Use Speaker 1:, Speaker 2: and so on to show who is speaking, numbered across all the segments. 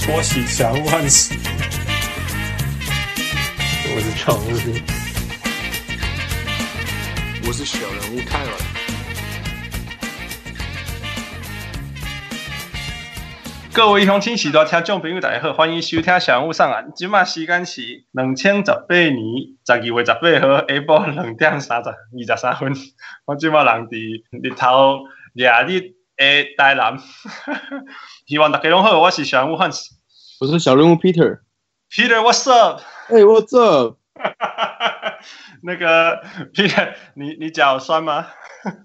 Speaker 1: twice each cell once.
Speaker 2: 我是常务兵，
Speaker 3: 我是小人物泰尔。
Speaker 4: 各位乡亲、时代听众朋友，大家好，欢迎收听《常务上岸》。今麦时间是两千十八年十二月十八号下晡两点三十二十三分。我今麦人伫日头烈日的台南， 希望大家拢好。我是常务汉斯
Speaker 2: 我是小人物 Peter。
Speaker 4: Peter，What's up？
Speaker 2: 哎、我这
Speaker 4: 那个 Peter，你你脚酸吗？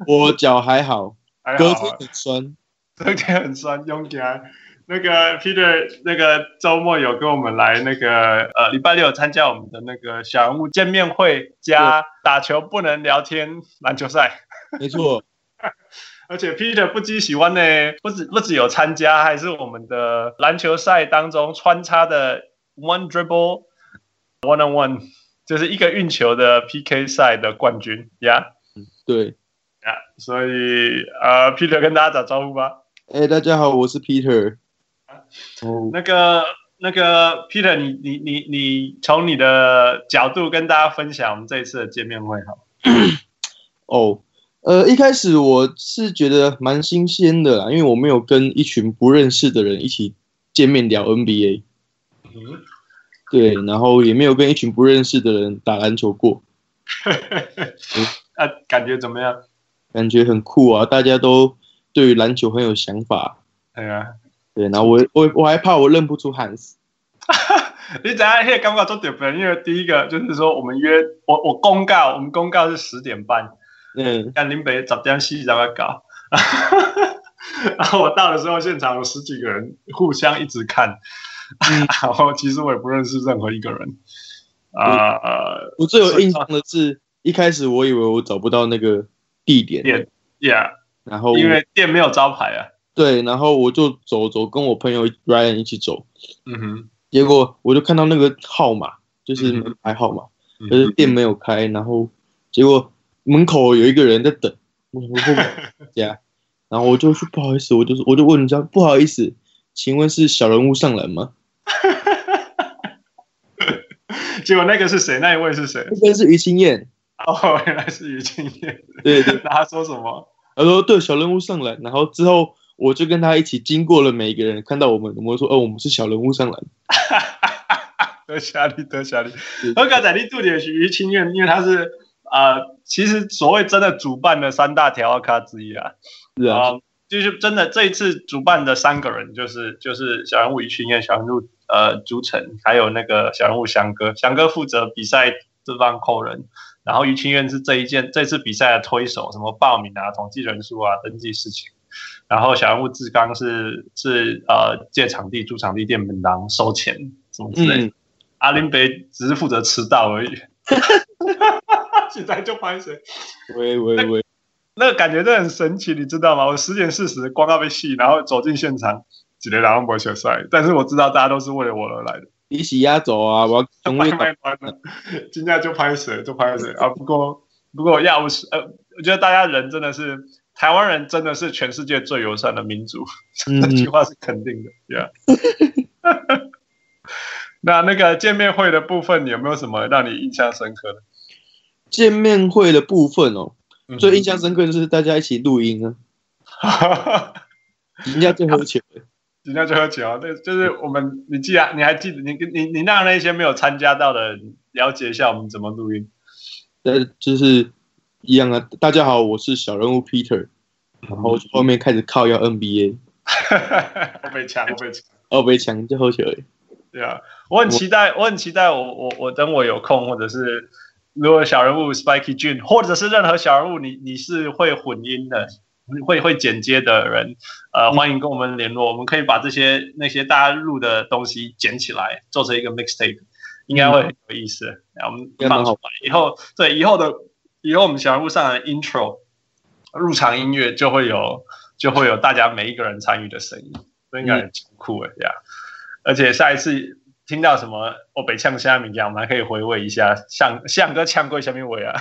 Speaker 2: 我脚还好，
Speaker 4: 还好
Speaker 2: 隔
Speaker 4: 啊
Speaker 2: 天很酸。
Speaker 4: 有点很酸，用起来。那个 Peter，那个周末有跟我们来那个呃，礼拜六有参加我们的那个小人物见面会加打球不能聊天篮球赛，
Speaker 2: 没错，
Speaker 4: 而且 Peter 不只喜欢呢，不止不只有参加，还是我们的篮球赛当中穿插的 one dribble one on one，就是一个运球的 PK 赛的冠军呀
Speaker 2: 对。
Speaker 4: 呀所以呃，Peter 跟大家打招呼吧。
Speaker 2: 哎、大家好，我是 Peter。哦，
Speaker 4: 那个那个 Peter，你你你你从你的角度跟大家分享我们这一次的见面会好。
Speaker 2: 哦，呃，一开始我是觉得蛮新鲜的啦，因为我没有跟一群不认识的人一起见面聊 NBA，
Speaker 4: 嗯，
Speaker 2: 对，然后也没有跟一群不认识的人打篮球过，
Speaker 4: 啊，感觉怎么样？
Speaker 2: 感觉很酷啊！大家都对于篮球很有想法，
Speaker 4: 哎呀，
Speaker 2: 对，然后我我我还怕我认不出汉斯，
Speaker 4: 你等下那个刚告做点分，因为第一个就是说我们约我我公告，我们公告是十点半，
Speaker 2: 嗯，
Speaker 4: 但林北怎点细怎么搞？ 然后我到的时候，现场有十几个人互相一直看，
Speaker 2: 嗯
Speaker 4: 然后其实我也不认识任何一个人啊、呃
Speaker 2: 我最有印象的是，一开始我以为我找不到那个地点，
Speaker 4: 店，Yeah，
Speaker 2: 然后我
Speaker 4: 因为店没有招牌啊。
Speaker 2: 对，然后我就走走，跟我朋友 Ryan 一起走，
Speaker 4: 嗯哼，
Speaker 2: 结果我就看到那个号码，就是
Speaker 4: 嗯
Speaker 2: 门牌号码，
Speaker 4: 嗯
Speaker 2: 可是店没有开，然后结果门口有一个人在等，我我会不会家，然后我就说不好意思，我就我就问人家不好意思，请问是小人物上篮吗？
Speaker 4: 结果那个是谁？那一位是谁？
Speaker 2: 那边是于青燕，
Speaker 4: 哦，原来是于青燕。
Speaker 2: 对对，
Speaker 4: 那他说什么？
Speaker 2: 他说对小人物上篮，然后之后我就跟他一起经过了每一个人，看到我们，我们就说哦我们是小人物上篮，
Speaker 4: 得下力，得下力。而刚才你重点是于青燕，因为他是呃，其实所谓真的主办的三大条咖之一啊。
Speaker 2: 是啊，
Speaker 4: 啊，就是真的这一次主办的三个人，就是就是小人物于群燕、小人物呃朱晨，还有那个小人物翔哥，翔哥负责比赛这方扣人，然后于群燕是这一件这次比赛的推手，什么报名啊、统计人数啊、登记事情。然后小人物志刚是是呃借场地、租场地、店门廊收钱什么之类的。
Speaker 2: 嗯，
Speaker 4: 阿林北只是负责迟到而已。 现在就拍谁？
Speaker 2: 喂喂喂，
Speaker 4: 那个感觉真的很神奇，你知道吗？我十点四十光要被戏，然后走进现场，几个然后没球赛，但是我知道大家都是为了我而来的，
Speaker 2: 一起压轴啊，我要 从
Speaker 4: 拍
Speaker 2: 业打
Speaker 4: 拍关了，今天就拍谁就拍 谁啊！不过不过要不是呃，我觉得大家人真的是台湾人真的是全世界最友善的民族，
Speaker 2: 嗯
Speaker 4: 这句话是肯定的，Yeah。那那个见面会的部分有没有什么让你印象深刻的？
Speaker 2: 见面会的部分哦，
Speaker 4: 嗯
Speaker 2: 最印象深刻的就是大家一起录音啊， 人家最喝酒的，
Speaker 4: 今天最后讲啊，对，就是我们，你记啊，你还记得你你你让那些没有参加到的人了解一下我们怎么录音。
Speaker 2: 呃，就是一样啊。大家好，我是小人物 Peter，然后后面开始靠要 NBA，
Speaker 4: 我被抢，我被抢。
Speaker 2: 二被强就喝酒的，
Speaker 4: 对啊，我很期待，我很期待我，我我等我有空，或者是如果小人物 Spiky Jun，或者是任何小人物你，你是会混音的，会会剪接的人，呃，欢迎跟我们联络，我们可以把这些那些大家录的东西剪起来，做成一个 mixtape，应该会很有意思。然后我们
Speaker 2: 嗯该蛮
Speaker 4: 放出
Speaker 2: 好
Speaker 4: 来以后，对以后的以后我们小人物上的 intro 入场音乐就会有就会有大家每一个人参与的声音，所以应该
Speaker 2: 嗯
Speaker 4: 很酷哎呀！而且下一次听到什么我北呛虾米样，我们还可以回味一下，像像哥呛过虾米味啊，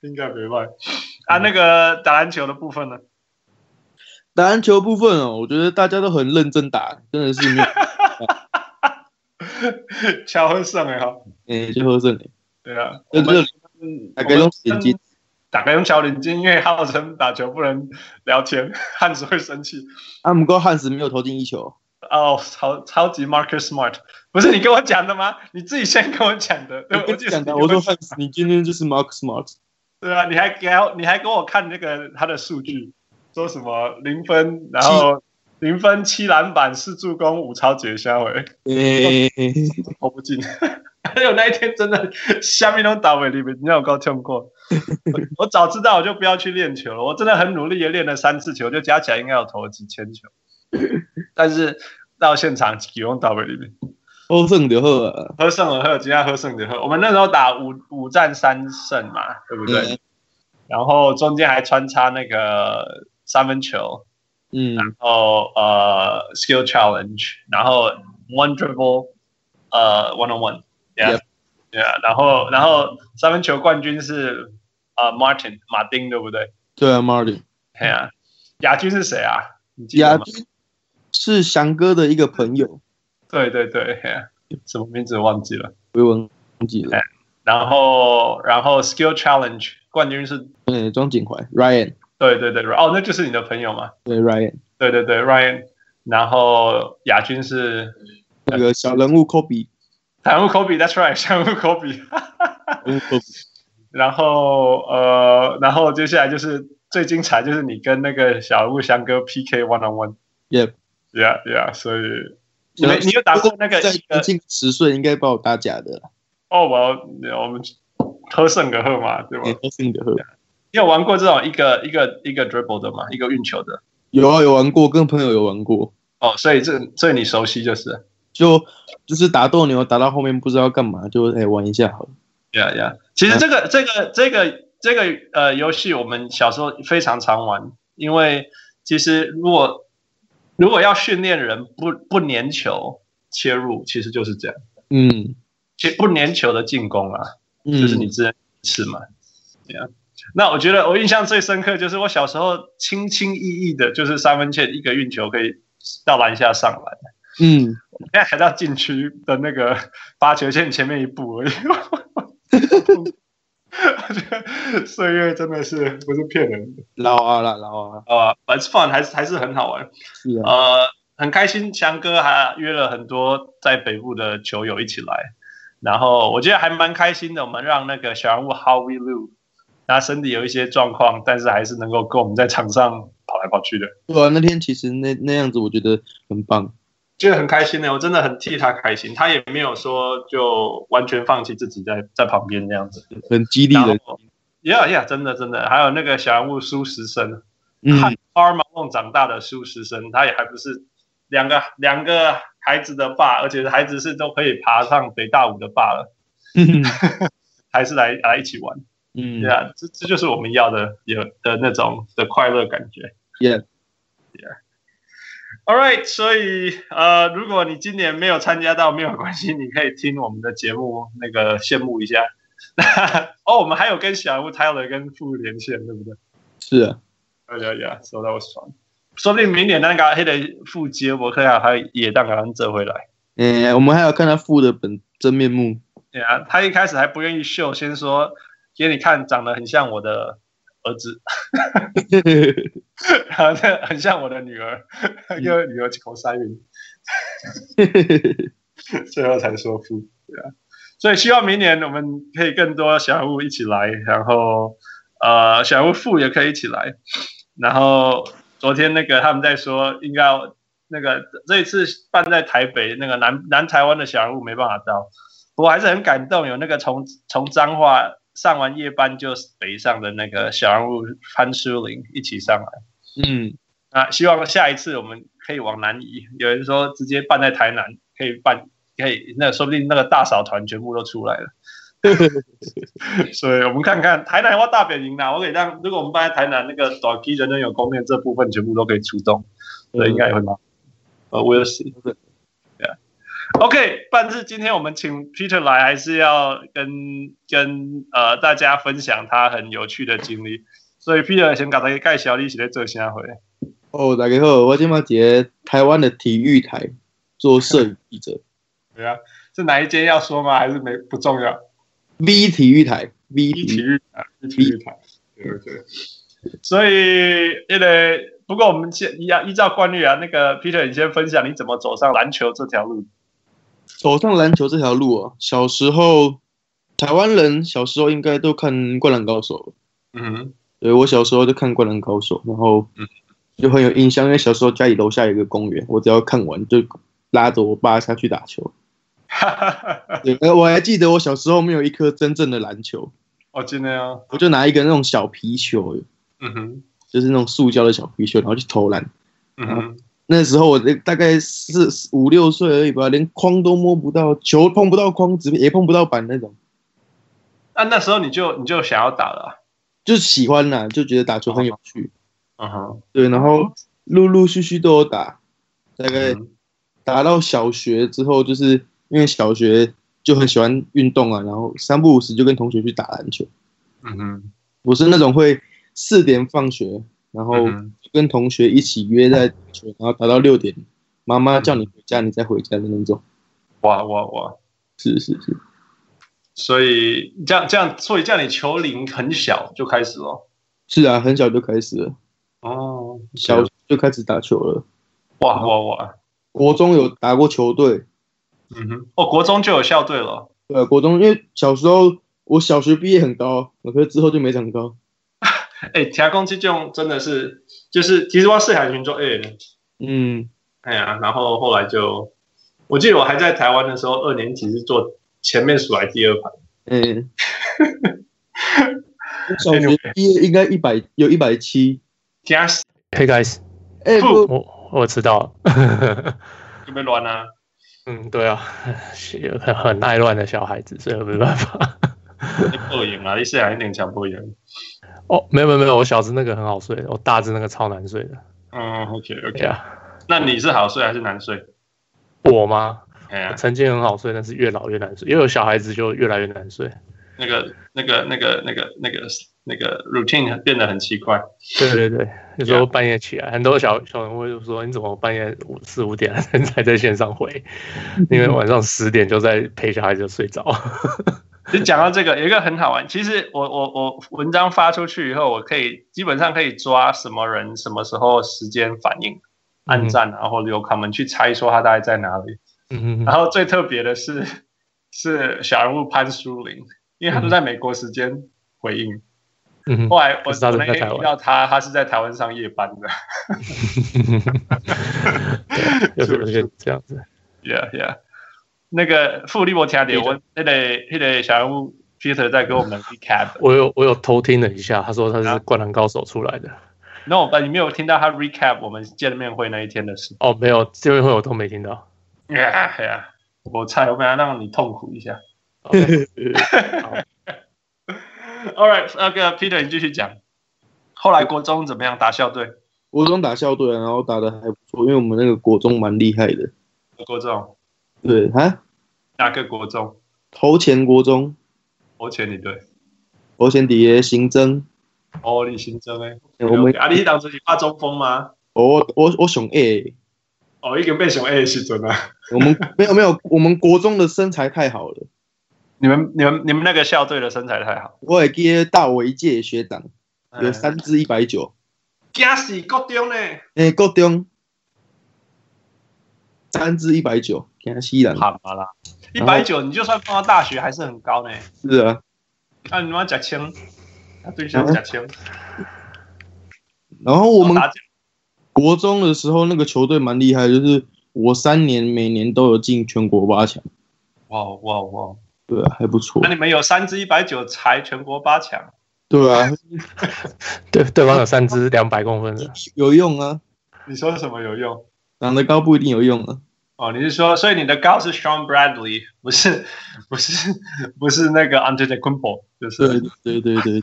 Speaker 4: 应该没办啊。那个打篮球的部分呢？
Speaker 2: 打篮球部分哦，我觉得大家都很认真打，真的是没有，
Speaker 4: 乔恩胜哎哈，
Speaker 2: 诶、就获胜了。
Speaker 4: 对啊，我
Speaker 2: 就
Speaker 4: 们
Speaker 2: 这大概用眼睛，
Speaker 4: 打开用小领巾，因为浩辰打球不能聊天， 汉子会生气。
Speaker 2: 啊，不过汉斯没有投进一球。
Speaker 4: 哦，超超级 Marcus Smart，不是你跟我讲的吗？你自己先跟我讲的。对
Speaker 2: 我
Speaker 4: 呃我
Speaker 2: 跟
Speaker 4: 记
Speaker 2: 你
Speaker 4: 得
Speaker 2: 讲
Speaker 4: 你
Speaker 2: 的，
Speaker 4: 跟
Speaker 2: 我说
Speaker 4: 讲
Speaker 2: 汉斯，你今天就是 Mark Smart。
Speaker 4: 对啊，你还给他，你还给我看那个他的数据，说什么零分，然后零分七篮板四助攻五超绝杀尾，
Speaker 2: 诶、
Speaker 4: 投不进。 还有那一天真的下面都倒尾里面，你有够痛过。 我我早知道我就不要去练球了，我真的很努力也练了三次球，就加起来应该有投了几千球， 但是到现场启用倒尾里面。
Speaker 2: 获胜就好啊。
Speaker 4: 喝胜而喝，今天喝胜的喝。我们那时候打五五战三胜嘛，对不对？
Speaker 2: 嗯
Speaker 4: 然后中间还穿插那个三分球，
Speaker 2: 嗯，
Speaker 4: 然后呃 skill challenge，然后 one dribble，呃 one on one，yeah
Speaker 2: Yep
Speaker 4: yeah，然后然后三分球冠军是呃 Martin 马丁，对不对？
Speaker 2: 对啊，Marty
Speaker 4: 哎呀、亚军是谁啊？你记得
Speaker 2: 亚
Speaker 4: 吗？
Speaker 2: 军是翔哥的一个朋友，
Speaker 4: 对对对，哎呀、什么名字忘记了。
Speaker 2: 我也忘记
Speaker 4: 哎
Speaker 2: 了。
Speaker 4: 然后然后 skill challenge 冠军是
Speaker 2: 诶、庄景怀 Ryan，
Speaker 4: 对对对，哦，那就是你的朋友嘛。
Speaker 2: 对 Ryan，
Speaker 4: 对对对，Ryan。然后亚军是
Speaker 2: 那个小人物 Kobe，
Speaker 4: 坦木科比，That's right，坦 木科比。
Speaker 2: 人物 Kobe
Speaker 4: 然后呃，然后接下来就是最精彩，就是你跟那个小人物翔哥 PK one on
Speaker 2: Yep
Speaker 4: one，yeah yeah，所以你没你有打过那个
Speaker 2: 在
Speaker 4: 一个
Speaker 2: 年轻十岁应该把我打假的啦，
Speaker 4: 哦，我我们喝胜个喝嘛，对吧
Speaker 2: 诶、？获胜就好。
Speaker 4: 你有玩过这种一个一个一个 dribble 的吗？一个运球的
Speaker 2: 有啊，有玩过，跟朋友有玩过，
Speaker 4: 哦，所以这所以你熟悉就是了
Speaker 2: 就就是打斗牛，打到后面不知道干嘛，就哎、玩一下好了。
Speaker 4: Yeah, yeah。其实这个、这个、这个、这个呃游戏，我们小时候非常常玩，因为其实如果如果要训练人不不粘球切入，其实就是这样，
Speaker 2: 嗯
Speaker 4: 其实不粘球的进攻啊，
Speaker 2: 嗯，
Speaker 4: 就是你只能一次嘛。对啊。那我觉得我印象最深刻就是我小时候轻轻易易的，就是三分线一个运球可以到篮下上篮，
Speaker 2: 嗯，
Speaker 4: 现在还到禁区的那个发球线前面一步而已。 我觉得岁月真的是不是骗人的
Speaker 2: 老啊啦老啊，
Speaker 4: 啊、b u t s fun 还是还是很好玩。
Speaker 2: 是啊，
Speaker 4: 呃，很开心，翔哥还约了很多在北部的球友一起来，然后我觉得还蛮开心的。我们让那个小人物 Howie Lu，他身体有一些状况，但是还是能够跟我们在场上跑来跑去的，
Speaker 2: 对啊，那天其实那那样子我觉得很棒，
Speaker 4: 觉得很开心的，欸我真的很替他开心。他也没有说就完全放弃自己在在旁边这样子。
Speaker 2: 很激励
Speaker 4: 然
Speaker 2: 人。
Speaker 4: 后，Yeah Yeah，真的真的，还有那个小人物苏时生，看
Speaker 2: 嗯，
Speaker 4: 花马梦长大的苏时生，他也还不是两个两个孩子的爸，而且孩子是都可以爬上北大五的爸了，还是来来一起玩，
Speaker 2: 嗯
Speaker 4: 对啊，这这就是我们要的有的那种的快乐感觉。
Speaker 2: ，Yeah，
Speaker 4: All right，所以呃，如果你今年没有参加到，没有关系，你可以听我们的节目，那个羡慕一下。 哦，我们还有跟小人物 Tyler 跟傅连线，对不对？
Speaker 2: 是啊，
Speaker 4: Yeah, yeah, yeah. So that was fun. 说不定明年那个黑的副接伯克亚还也当然折回来。
Speaker 2: 诶、我们还有看他父的本真面目，
Speaker 4: 对啊，他一开始还不愿意秀，先说给你看长得很像我的儿子，然后呢很像我的女儿，因为女儿口塞云， 最后才说父。对啊，所以希望明年我们可以更多小人物一起来，然后呃小人物父也可以一起来。然后昨天那个他们在说应该要那个这一次办在台北，那个南南台湾的小人物没办法到，不过还是很感动，有那个从从彰化上完夜班就北上的那个小人物潘淑玲一起上来。
Speaker 2: 嗯，
Speaker 4: 啊，希望下一次我们可以往南移。有人说直接办在台南，可以办，可以那说不定那个大嫂团全部都出来了。所以我们看看台南的话大本营啦，我可以让如果我们办在台南那个短期人人有功面这部分全部都可以出动，所以应该也会蛮。呃，we'll see。
Speaker 2: 对
Speaker 4: OK，但是今天我们请 Peter 来，还是要跟跟呃大家分享他很有趣的经历。所以 Peter 先给大家介绍你是在做啥会。
Speaker 2: 哦，大家好，我今麦节台湾的体育台做摄影记者
Speaker 4: 对啊，是哪一间要说吗？还是没不重要？
Speaker 2: ，V 体育台，V
Speaker 4: 一
Speaker 2: 体
Speaker 4: 体
Speaker 2: 育
Speaker 4: 育台，一体育台，对对。所以那个，不过我们先依照依照惯例啊，那个 Peter，你先分享你怎么走上篮球这条路。
Speaker 2: 走上篮球这条路啊，小时候台湾人小时候应该都看《灌篮高手》吧，
Speaker 4: 嗯
Speaker 2: 对我小时候就看《灌篮高手》，然后
Speaker 4: 嗯
Speaker 2: 就很有印象，因为小时候家里楼下有一个公园，我只要看完就拉着我爸下去打球。
Speaker 4: 哼，
Speaker 2: 对，呃我还记得我小时候没有一颗真正的篮球，
Speaker 4: 我今天啊，
Speaker 2: 我就拿一个那种小皮球，
Speaker 4: 嗯哼，
Speaker 2: 就是那种塑胶的小皮球，然后去投篮。
Speaker 4: 嗯哼，
Speaker 2: 那时候我大概四五六岁而已吧，连框都摸不到，球碰不到框，直也碰不到板那种，
Speaker 4: 那、啊那时候你就你就想要打了
Speaker 2: 就是喜欢啦，就觉得打球很有趣。
Speaker 4: 啊、嗯哼，
Speaker 2: 对，然后陆陆续续都有打，大概
Speaker 4: 嗯
Speaker 2: 打到小学之后，就是因为小学就很喜欢运动啊，然后三不五时就跟同学去打篮球。
Speaker 4: 嗯哼，
Speaker 2: 我是那种会四点放学，然后
Speaker 4: 嗯
Speaker 2: 跟同学一起约在球，然后打到六点，妈妈叫你回家，
Speaker 4: 嗯
Speaker 2: 你再回家的那种。
Speaker 4: 哇哇哇！
Speaker 2: 是是是，
Speaker 4: 所以这样这样，所以这样你球龄很小就开始了。
Speaker 2: 是啊，很小就开始了，
Speaker 4: 哦，
Speaker 2: 小学就开始打球了。
Speaker 4: 哇哇哇！
Speaker 2: 国中有打过球队，
Speaker 4: 嗯哼，哦，国中就有校队了。
Speaker 2: 对，啊国中因为小时候我小学毕业很高，可是之后就没长高。
Speaker 4: 哎、欸，田宫这种真的是，就是其实我四海群中，哎、
Speaker 2: 嗯，
Speaker 4: 哎呀，然后后来就，我记得我还在台湾的时候，二年级是坐前面数来第二排，
Speaker 2: 哎、 我小学毕业应该一百有一百七，
Speaker 4: 天啊，
Speaker 1: Hey guys，
Speaker 2: 哎
Speaker 4: 不
Speaker 2: 不，
Speaker 1: 我我知道 了。
Speaker 4: 就被乱啊，
Speaker 1: 嗯，对啊， 是很很爱乱的小孩子，所以没办法。
Speaker 4: 被破赢啊，你四海一点强迫赢。
Speaker 1: 哦，没有没有没有，我小时那个很好睡，我大致那个超难睡的。
Speaker 4: 嗯，OK
Speaker 1: 对啊
Speaker 4: OK，、
Speaker 1: 呀，
Speaker 4: 那你是好睡还是难睡？
Speaker 1: 我吗？我
Speaker 4: 哎呀，
Speaker 1: 曾经很好睡，但是越老越难睡，因为有小孩子就越来越难睡。
Speaker 4: 那个那个那个那个那个那个 routine 变得很奇怪。
Speaker 1: 对对对，有时候半夜起来，很多小小人会说：“你怎么半夜五四五点 还才在线上回？”因为晚上十点就在陪小孩子睡着。
Speaker 4: 就讲到这个，有一个很好玩。其实我我我文章发出去以后，我可以基本上可以抓什么人什么时候时间反
Speaker 1: 嗯
Speaker 4: 应、按赞啊，或留 comment 去猜说他大概在哪里。
Speaker 1: 嗯，
Speaker 4: 然后最特别的是 是小人物潘书林，因为他都在美国时间回应。
Speaker 1: 嗯
Speaker 4: 后来我
Speaker 1: 可是他
Speaker 4: 我
Speaker 1: 人
Speaker 4: 那
Speaker 1: 在
Speaker 4: 天
Speaker 1: 台湾
Speaker 4: 遇到他，他是在台湾上夜班的。
Speaker 1: 有
Speaker 4: 是不
Speaker 1: 有
Speaker 4: 是
Speaker 1: 有这样子。
Speaker 4: Yeah, yeah。那个傅立博听点，我那个那个小人物 Peter 在给我们 recap。
Speaker 1: 我有我有偷听了一下，他说他是
Speaker 4: 啊
Speaker 1: 《灌篮高手》出来的。
Speaker 4: No，但你没有听到他 recap 我们见面会那一天的事。
Speaker 1: 哦，没有，这边会我都没听到。
Speaker 4: 呀哎呀，我猜，我本来让你痛苦一下。
Speaker 1: 好的
Speaker 4: All right，那个 Peter，你继续讲。后来国中怎么样？打校队？
Speaker 2: 国中打校队，然后打的还不错，因为我们那个国中蛮厉害的。
Speaker 4: 国中
Speaker 2: 对啊，
Speaker 4: 哪个国中？
Speaker 2: 头前国中，
Speaker 4: 我选你对。
Speaker 2: 头前底下刑侦，
Speaker 4: 哦，你新增诶。
Speaker 2: 欸我们
Speaker 4: 啊，你当时你怕中锋吗？
Speaker 2: 我我我想 A，
Speaker 4: 哦，一个被熊 A 是真的。
Speaker 2: 我们没有没有，我们国中的身材太好了，
Speaker 4: 你们、你们、你们那个校队的身材太好。哎
Speaker 2: 我也记得大我一届的学长有三支一百九，
Speaker 4: 惊死国中呢！
Speaker 2: 诶，国中三支一百九，给他吸人，
Speaker 4: 喊嘛啦，一百九，你就算放到大学还是很高呢。
Speaker 2: 是啊，
Speaker 4: 啊，你妈假枪，他啊对象假枪。
Speaker 2: 然后我们
Speaker 4: 哦打假
Speaker 2: 国中的时候，那个球队蛮厉害的，就是我三年每年都有进全国八强，
Speaker 4: 哇哇哇！
Speaker 2: 对啊，还不错
Speaker 4: 那，你们有三支一百九才全国八强，
Speaker 2: 对啊，
Speaker 1: 对，对方有三支两百公分的，
Speaker 2: 有用啊，
Speaker 4: 你说什么有用？
Speaker 2: 长得高不一定有用啊，
Speaker 4: 哦，你是说，所以你的高是 Sean Bradley，不是 不是不是那个 Andre Kumpo，就
Speaker 2: 对
Speaker 4: 是
Speaker 2: 对对 对，对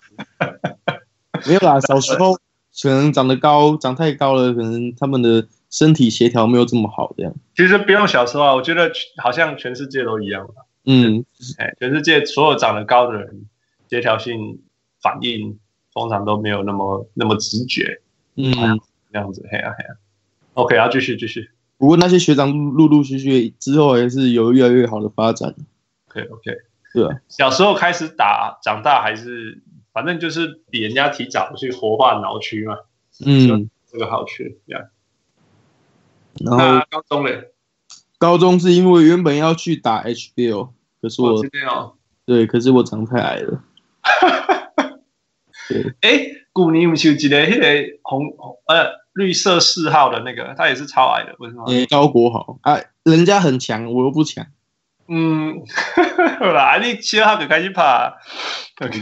Speaker 2: 没有啦，小时候可能长得高，长太高了，可能他们的身体协调没有这么好，这样，
Speaker 4: 其实不用小时候啊，我觉得好像全世界都一样吧
Speaker 2: 嗯，
Speaker 4: 哎，全世界所有长得高的人，协调性反应通常都没有那么那么直觉，
Speaker 2: 嗯，
Speaker 4: 这样子，嘿呀、啊、嘿呀、啊。OK，要继续继续。
Speaker 2: 不过那些学长陆陆续续之后还是有越来越好的发展，
Speaker 4: OK OK，
Speaker 2: 对啊，
Speaker 4: 小时候开始打，长大还是反正就是比人家提早去活化脑区嘛，
Speaker 2: 嗯，
Speaker 4: 这个好去这样。
Speaker 2: 然后
Speaker 4: 那高中嘞，
Speaker 2: 高中是因为原本要去打 HBO，可是我
Speaker 4: 今天哦，
Speaker 2: 对，可是我长太矮了，
Speaker 4: 哎，古尼姆丘吉的那个红红呃绿色四号的那个，他也是超矮的，为什么？
Speaker 2: 诶、高国豪啊，人家很强，我又不强，
Speaker 4: 嗯， 好啦，你七号就开始爬。OK，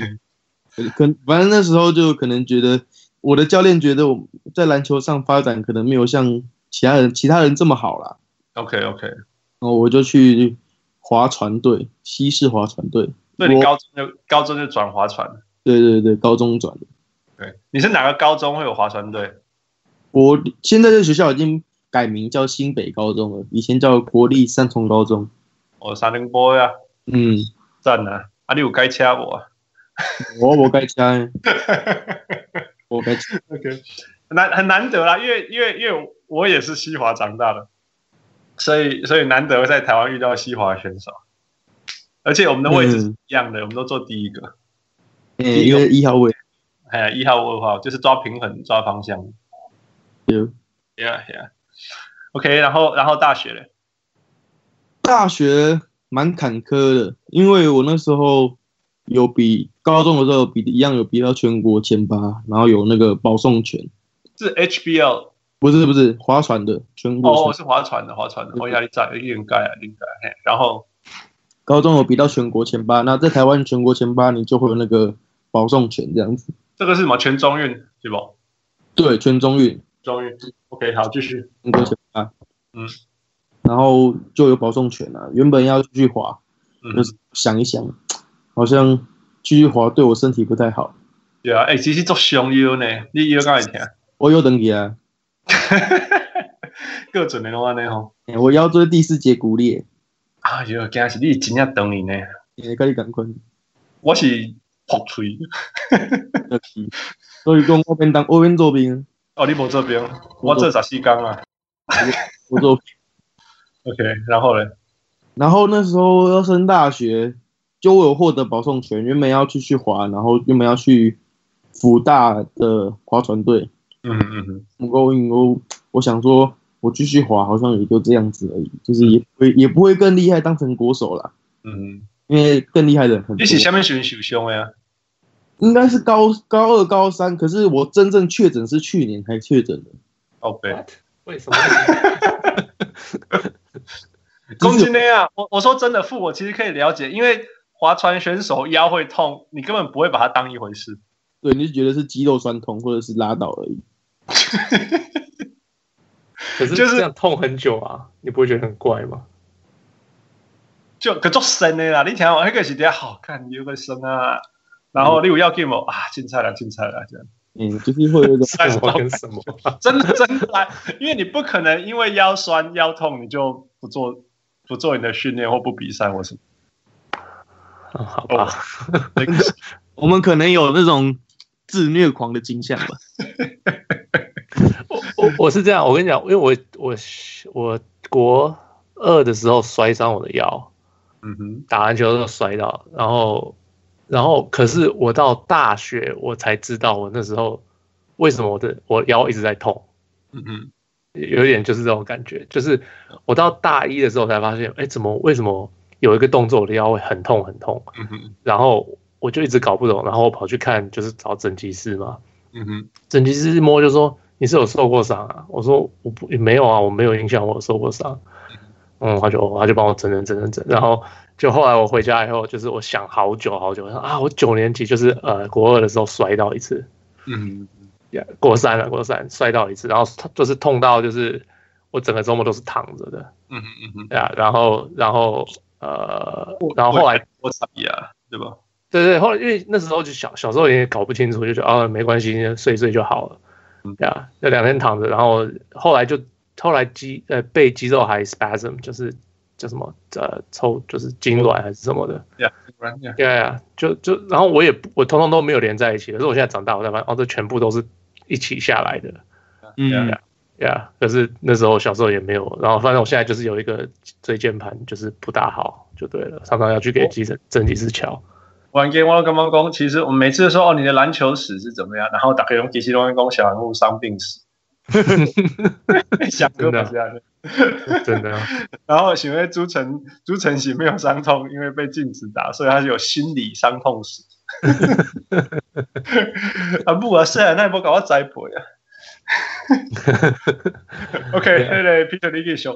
Speaker 2: 可反正那时候就可能觉得我的教练觉得我在篮球上发展可能没有像其他人其他人这么好啦，
Speaker 4: OK OK，
Speaker 2: 然后我就去划船队，西式划船队，
Speaker 4: 所以你
Speaker 2: 我
Speaker 4: 高中就高中就转划船了。
Speaker 2: 对对对，高中转的，
Speaker 4: 对，你是哪个高中会有划船队？
Speaker 2: 我现在这学校已经改名叫新北高中了，以前叫国立三重高中，
Speaker 4: 我哦三零波呀，
Speaker 2: 嗯，
Speaker 4: 赞啊！啊，你有开车无啊
Speaker 2: 我我 该加，我该加，
Speaker 4: ？OK，很难很难得啦，因为因为因为我也是西华长大的，所以所以难得在台湾遇到西华选手，而且我们的位置是
Speaker 2: 嗯
Speaker 4: 一样的，我们都做第一个。
Speaker 2: 诶因为一号位，
Speaker 4: 哎呀，一号、二号就是抓平衡、抓方向。
Speaker 2: 对
Speaker 4: Yeah, yeah. OK，然后然后大学嘞，
Speaker 2: 大学蛮坎坷的，因为我那时候有比高中的时候比一样有比到全国前八，然后有那个保送权，
Speaker 4: 是 HBL
Speaker 2: 不是不是划船的全国
Speaker 4: 哦，
Speaker 2: 前，
Speaker 4: 是划船的，划船的，哦，压力大，应该啊，应该。嘿然后
Speaker 2: 高中有比到全国前八，那在台湾全国前八你就会有那个保送权这样子，
Speaker 4: 这个是什么？全中运对不？
Speaker 2: 对，全中运
Speaker 4: 中运。OK，好，继续。
Speaker 2: 全国前八，
Speaker 4: 嗯，
Speaker 2: 然后就有保送权了、原本要去划，
Speaker 4: 嗯
Speaker 2: 就是想一想，好像继续滑对我身体不太好，
Speaker 4: 对啊，哎，其实做熊腰呢，你腰敢会疼？
Speaker 2: 我有等你啊，
Speaker 4: 各种的拢安尼吼，
Speaker 2: 欸我腰椎第四节骨裂，
Speaker 4: 哎哟，惊死你真正等伊呢，
Speaker 2: 欸赶紧赶快，
Speaker 4: 我是破锤，
Speaker 2: 就是所以讲我边当我边做兵，
Speaker 4: 哦，你无这边，我这十四天啊。
Speaker 2: 我做，
Speaker 4: OK，然后嘞，
Speaker 2: 然后那时候要升大学，就我有获得保送权，原本要继续滑，然后原本要去福大的划船队，
Speaker 4: 嗯嗯嗯，
Speaker 2: 不过因为我我想说。我继续滑，好像也就这样子而已，就是也不会也不会更厉害，当成国手啦，
Speaker 4: 嗯，
Speaker 2: 因为更厉害的人很多。
Speaker 4: 你是下面选受伤的啊？
Speaker 2: 应该是高高二、高三，可是我真正确诊是去年才确诊的。
Speaker 4: 哦，对。
Speaker 1: What？为什么？
Speaker 4: 公斤那样，我我说真的，付我其实可以了解，因为划船选手腰会痛，你根本不会把它当一回事。
Speaker 2: 对，你就觉得是肌肉酸痛或者是拉倒而已。
Speaker 1: 可是
Speaker 4: 就是
Speaker 1: 这样痛很久啊，你不会觉得很怪吗？
Speaker 4: 就可做深的啦，你听我那个是底下好看，你有个深啊，然后你有要 game 啊，进菜了，进菜了，这样
Speaker 2: 嗯，就是会 有一 种
Speaker 4: 三十
Speaker 1: 什么跟什么？
Speaker 4: 真的真的啦，因为你不可能因为腰酸腰痛你就不做不做你的训练或不比赛 或什么。
Speaker 1: 嗯好
Speaker 4: 哦
Speaker 1: 吧，
Speaker 4: 那个是
Speaker 2: 我们可能有那种自虐狂的倾向吧。
Speaker 1: 我 我我是这样，我跟你讲，因为我我我国二的时候摔伤我的腰，
Speaker 4: 嗯哼，
Speaker 1: 打篮球的时候摔到，然后然后可是我到大学我才知道，我那时候为什么我的我腰一直在痛，
Speaker 4: 嗯哼，
Speaker 1: 有点就是这种感觉，就是我到大一的时候才发现，哎，怎么为什么有一个动作我的腰会很痛很痛，
Speaker 4: 嗯哼，
Speaker 1: 然后我就一直搞不懂，然后我跑去看就是找整脊师嘛，
Speaker 4: 嗯哼，
Speaker 1: 整脊师一摸就说你是有受过伤啊？我说我不没有啊，我没有印象我有受过伤。嗯，他就他就帮我整整整整整，然后就后来我回家以后，就是我想好久好久，我说啊，我九年级就是呃国二的时候摔到一次，
Speaker 4: 嗯
Speaker 1: 呀国三了国三摔到一次，然后他就是痛到就是我整个周末都是躺着的，
Speaker 4: 哼，嗯哼，嗯哼，
Speaker 1: 对啊，然后然后呃，然后后来
Speaker 4: 我傻呀，啊对吧？
Speaker 1: 对对，后来因为那时候就小小时候也搞不清楚，就觉得啊没关系，睡一睡就好了，对啊，就两天躺着，然后后来就后来肌呃背肌肉还 spasm，就是叫什么呃抽就是痉挛还是什么的，
Speaker 4: 呀，不然呀，
Speaker 1: 对啊，就就然后我也不我通通都没有连在一起，可是我现在长大，我才发现哦这全部都是一起下来的，
Speaker 2: 嗯，
Speaker 1: 呀、可是那时候小时候也没有，然后反正我现在就是有一个椎间盘就是不大好，就对了，常常要去给急诊整脊师瞧。
Speaker 4: 玩 game 我跟猫公，其实我们每次说哦你的篮球史是怎么样，然后打开用机器人工小人物伤病史，翔哥不是啊，
Speaker 1: 真的，
Speaker 4: 然后因为朱晨朱晨喜没有伤痛，因为被禁止打，所以他有心理伤痛史。啊不啊，是啊，那一波搞我栽培啊。OK，迄个 Peter 你继续，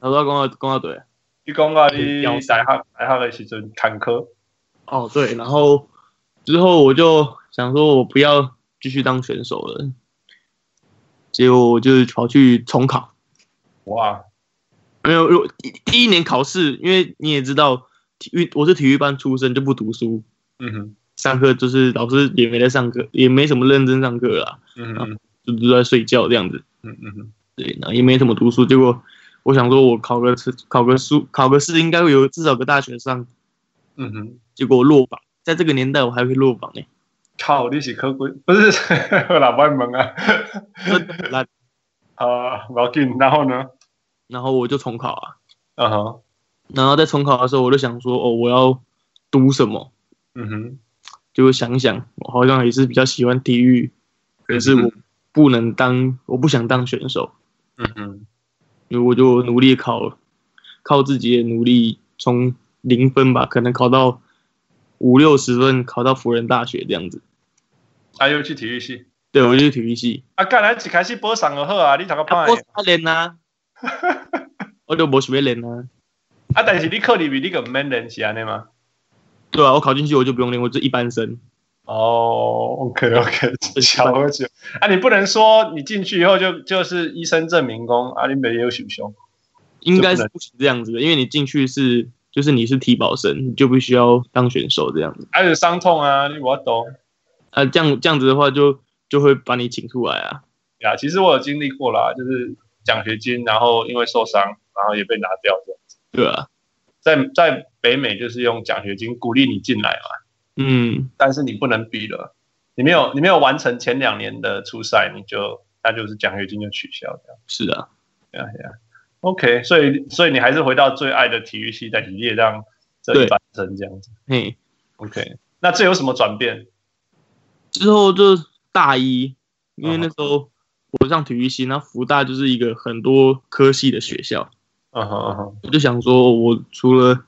Speaker 2: 他说公到公到队。
Speaker 4: 你讲啊，你大学大学的时阵坎坷，
Speaker 2: 哦，对，然后之后我就想说，我不要继续当选手了，结果我就跑去重考。
Speaker 4: 哇，
Speaker 2: 没有，如第第一年考试，因为你也知道，体育我是体育班出身，就不读书，
Speaker 4: 嗯哼，
Speaker 2: 上课就是老师也没在上课，也没什么认真上课啦，
Speaker 4: 嗯哼，
Speaker 2: 就都在睡觉这样子。
Speaker 4: 嗯嗯哼，
Speaker 2: 对，然后也没怎么读书，结果我想说，我考个考个书考个试，应该会有至少个大学上，
Speaker 4: 嗯哼。
Speaker 2: 结果落榜，在这个年代我还会落榜呢、
Speaker 4: 靠，你是科鬼？不是， 我老外问啊。
Speaker 2: 真的很烂。
Speaker 4: 啊，不要紧。然后呢？
Speaker 2: 然后我就重考啊，
Speaker 4: 嗯哼，
Speaker 2: 然后在重考的时候，我就想说，哦，我要读什么？
Speaker 4: 嗯哼，
Speaker 2: 结果想一想，我好像也是比较喜欢体育，可是我不能当，我不想当选手，
Speaker 4: 嗯哼，
Speaker 2: 因为我就努力考，靠自己的努力，从零分吧，可能考到五六十分，考到辅仁大学这样子。
Speaker 4: 啊，又去体育系。
Speaker 2: 对，我就是体育系。
Speaker 4: 啊，干咱一开始播上就好啊，你读个
Speaker 2: 啊，
Speaker 4: 歹
Speaker 2: 我
Speaker 4: 的。
Speaker 2: 啥练啊？我就没想要练啊。
Speaker 4: 啊，但是你课里面啊你个免练是安尼嘛？
Speaker 2: 对啊，我考进去我就不用练，我就一般生。
Speaker 4: 哦，OK OK，小喝酒。啊，你不能说你进去以后就就是医生证明工啊，你没有选修。
Speaker 2: 应该是不行这样子的，因为你进去是就是你是体保生，你就必须要当选手这样子。
Speaker 4: 还有伤痛啊，你我懂。
Speaker 2: 啊，这样这样子的话就就会把你请出来啊。
Speaker 4: 呀，其实我有经历过啦，就是奖学金，然后因为受伤，然后也被拿掉的。
Speaker 2: 对啊，
Speaker 4: 在在北美就是用奖学金鼓励你进来嘛，
Speaker 2: 嗯，
Speaker 4: 但是你不能比了，你没有你没有完成前两年的初赛，你就那就是奖学金就取消掉。
Speaker 2: 是啊，
Speaker 4: 对啊对啊，OK，所以所以你还是回到最爱的体育系，但你也让这一
Speaker 2: 对
Speaker 4: 班生这样子。
Speaker 2: 嘿，
Speaker 4: OK，那这有什么转变？
Speaker 2: 之后就大一，因为那时候我上体育系，那福大就是一个很多科系的学校，
Speaker 4: 嗯哼嗯哼，
Speaker 2: 我就想说，我除了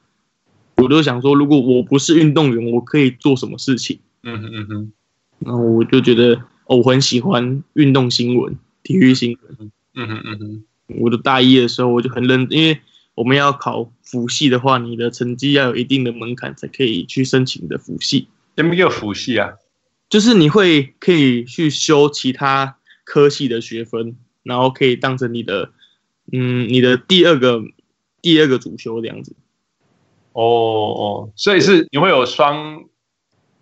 Speaker 2: 我就想说，如果我不是运动员，我可以做什么事情？
Speaker 4: 嗯哼嗯哼
Speaker 2: 然后我就觉得，哦，我很喜欢运动新闻、体育新闻。
Speaker 4: 嗯哼嗯哼，
Speaker 2: 我的大一的时候，我就很认，因为我们要考辅系的话，你的成绩要有一定的门槛才可以去申请你的辅系，
Speaker 4: 这边叫辅系啊。
Speaker 2: 就是你会可以去修其他科系的学分，然后可以当成你的，嗯，你的第二个第二个主修这样子。
Speaker 4: 哦哦，所以是你会有双，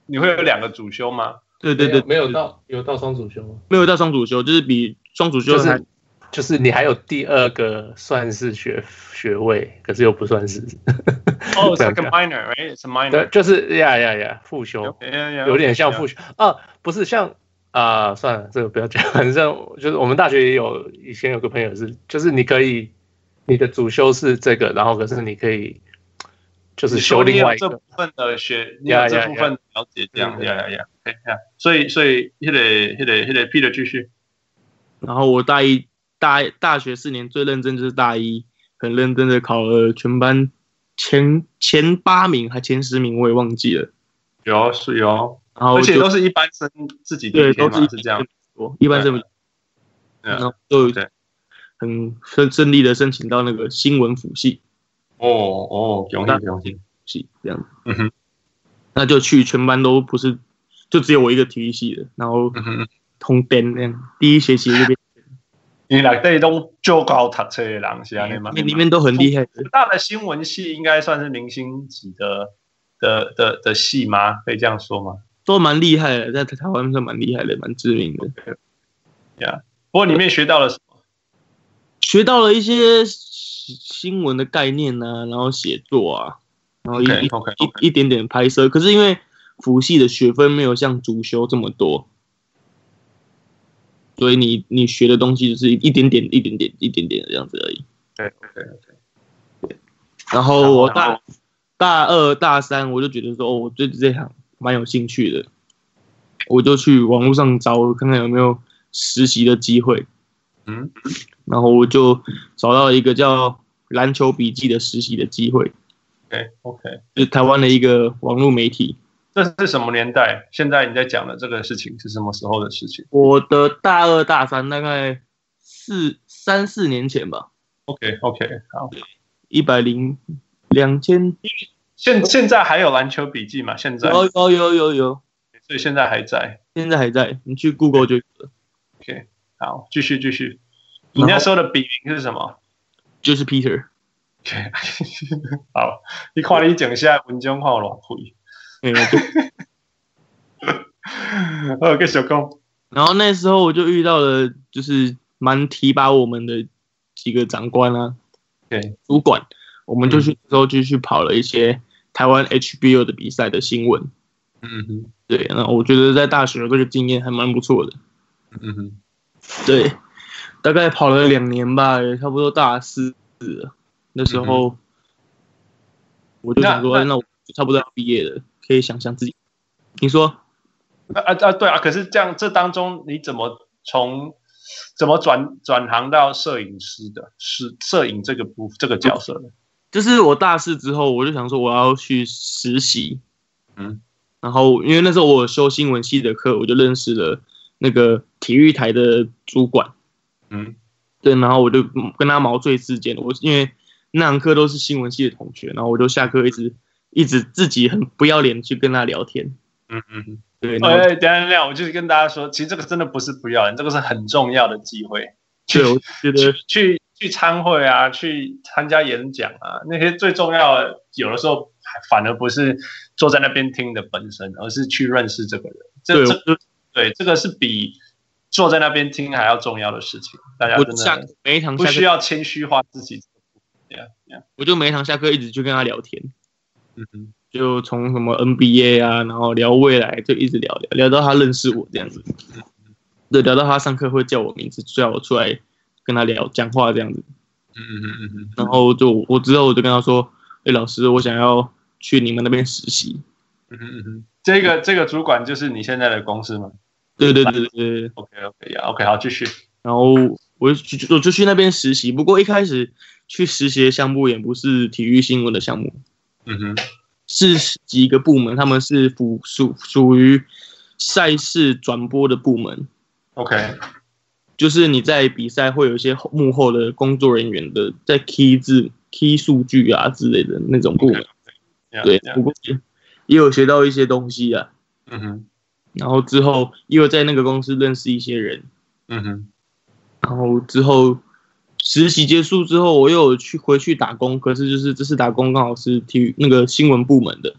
Speaker 4: 你会有两个主修吗？
Speaker 2: 对对对，
Speaker 1: 没有没有到有到双主修吗？
Speaker 2: 没有到双主修，就是比双主修
Speaker 1: 就是
Speaker 2: 还
Speaker 1: 就是你还有第二个算是学学位，可是又不算是。
Speaker 4: 哦、
Speaker 1: 这
Speaker 4: i
Speaker 1: 样
Speaker 4: t s like a minor，right？It's a minor
Speaker 1: 对，。就是呀呀呀，复修有
Speaker 4: 有
Speaker 1: 点像复修啊，不是像啊、算了，这个不要讲。 反正就是我们大学也有以前有个朋友是，就是你可以你的主修是这个，然后可是你可以就是修另外一
Speaker 4: 这部
Speaker 1: 个，
Speaker 4: 分的学，你有
Speaker 1: Yeah,
Speaker 4: 这
Speaker 1: yeah,
Speaker 4: 部分的了解，这样，
Speaker 1: 嗯
Speaker 4: 呀呀呀，对呀。所以，所以，迄个、迄个、迄个 Peter 继续，
Speaker 2: 然后我大一大大学四年最认真就是大一，很认真的考了全班前前八名还前十名，我也忘记了。
Speaker 4: 有啊是有，
Speaker 2: 然后
Speaker 4: 而且
Speaker 2: 就
Speaker 4: 都是一般生自己
Speaker 2: 对
Speaker 4: 的
Speaker 2: 都
Speaker 4: 嘛，
Speaker 2: 是
Speaker 4: 是这样。，
Speaker 2: 一般这么，
Speaker 4: 对啊
Speaker 2: 然后就
Speaker 4: 对
Speaker 2: 很顺顺利的申请到那个新闻辅系
Speaker 4: 哦哦，恭喜恭喜，
Speaker 2: 系这样子。
Speaker 4: 嗯哼
Speaker 2: 那就去全班都不是，就只有我一个体育系的，然后
Speaker 4: 嗯哼，
Speaker 2: 通编那样，第一学期就变
Speaker 4: 你内底拢做高读册的人是安尼嘛？
Speaker 2: 里面里面都很厉害的，
Speaker 4: 大的新闻系应该算是明星级的的的的系吗？可以这样说吗？
Speaker 2: 都蛮厉害的，在台湾算蛮厉害的，蛮知名的。
Speaker 4: 不过里面学到了什么？
Speaker 2: 学到了一些新闻的概念呢、然后写作啊，然后一
Speaker 4: OK OK
Speaker 2: 一
Speaker 4: OK，
Speaker 2: 一一点点拍摄。可是因为辅系的学分没有像主修这么多，所以你你学的东西就是一点点、一点点、一点点这样子而已。
Speaker 4: 对，OK OK，
Speaker 2: 然后我大大二、大三，我就觉得说，哦，我对这行蛮有兴趣的，我就去网络上找看看有没有实习的机会。
Speaker 4: 嗯，
Speaker 2: 然后我就找到了一个叫篮球笔记的实习的机会，
Speaker 4: OK OK，
Speaker 2: 就是台湾的一个网络媒体。
Speaker 4: 这是什么年代？现在你在讲的这个事情是什么时候的事情
Speaker 2: 我的大二、大三大概四三四年前吧，
Speaker 4: ？OK OK，好，
Speaker 2: 一百零两千，
Speaker 4: 现现在还有篮球笔记嘛？现在，
Speaker 2: 有
Speaker 4: 所
Speaker 2: 有有有有，
Speaker 4: 以现在还在。
Speaker 2: 现在还在，你去 Google 就有了
Speaker 4: OK，好，继续继续。你
Speaker 2: 然后
Speaker 4: 那时候的笔名是什么
Speaker 2: 就是 Peter，
Speaker 4: ？OK，好，你看你整下文章看有多亏。
Speaker 2: 没有就
Speaker 4: 呃，跟小工，
Speaker 2: 然后那时候我就遇到了，就是蛮提拔我们的几个长官啊，
Speaker 4: 对，
Speaker 2: 主管，我们就去之后就去跑了一些台湾 HBO 的比赛的新闻，
Speaker 4: 嗯哼，
Speaker 2: 对，那我觉得在大学有这个经验还蛮不错的。
Speaker 4: 嗯哼，
Speaker 2: 对，大概跑了两年吧，也差不多大四了。那时候我就想说，
Speaker 4: 嗯那
Speaker 2: 哎那我差不多要毕业了，可以想想自己。你说
Speaker 4: 那啊啊，对啊，可是这样这当中你怎么从怎么转转行到摄影师的，是摄影这个部这个角色的？
Speaker 2: 就是我大四之后，我就想说我要去实习，
Speaker 4: 嗯，
Speaker 2: 然后因为那时候我有修新闻系的课，我就认识了那个体育台的主管，
Speaker 4: 嗯
Speaker 2: 对，然后我就跟他毛遂自荐，我因为那堂课都是新闻系的同学，然后我就下课一直一直自己很不要脸去跟他聊天，
Speaker 4: 嗯嗯嗯。
Speaker 2: 对，然后
Speaker 4: 哎，等一下等一下，我就是跟大家说，其实这个真的不是不要人，这个是很重要的机会。去
Speaker 2: 对，我觉
Speaker 4: 去
Speaker 2: 得
Speaker 4: 去去参会啊，去参加演讲啊，那些最重要的，有的时候反而不是坐在那边听的本身，而是去认识这个人。这
Speaker 2: 对，
Speaker 4: 这
Speaker 2: 我
Speaker 4: 对这个是比坐在那边听还要重要的事情。大家
Speaker 2: 我
Speaker 4: 真
Speaker 2: 就下
Speaker 4: 的
Speaker 2: 每一堂
Speaker 4: 不
Speaker 2: 下
Speaker 4: 需
Speaker 2: 课，
Speaker 4: 要谦虚化自己。对啊，对啊，
Speaker 2: 我就每一堂下课一直去跟他聊天，
Speaker 4: 嗯哼，
Speaker 2: 就从什么 NBA 啊，然后聊未来，就一直聊聊聊到他认识我这样子，
Speaker 4: 嗯
Speaker 2: 对，聊到他上课会叫我名字，叫我出来跟他聊讲话这样子，
Speaker 4: 嗯哼嗯哼
Speaker 2: 然后就我之后我就跟他说，哎、老师，我想要去你们那边实习，
Speaker 4: 嗯哼嗯哼，这个这个主管就是你现在的公司吗
Speaker 2: 对对对对对，对
Speaker 4: ？OK OK 呀、OK 好，继续。
Speaker 2: 然后我就去我就去那边实习，不过一开始去实习的项目也不是体育新闻的项目，
Speaker 4: 嗯哼，
Speaker 2: 是几个部门，他们是属属属于赛事转播的部门，
Speaker 4: OK，
Speaker 2: 就是你在比赛会有一些后幕后的工作人员的在 key 字、key 数据啊之类的那种部门。
Speaker 4: 呀
Speaker 2: 对
Speaker 4: 呀，
Speaker 2: 不过也也有学到一些东西啊。
Speaker 4: 嗯哼，
Speaker 2: 然后之后又在那个公司认识一些人，
Speaker 4: 嗯哼，
Speaker 2: 然后之后实习结束之后，我又有去回去打工，可是就是这次打工刚好是体育那个新闻部门的，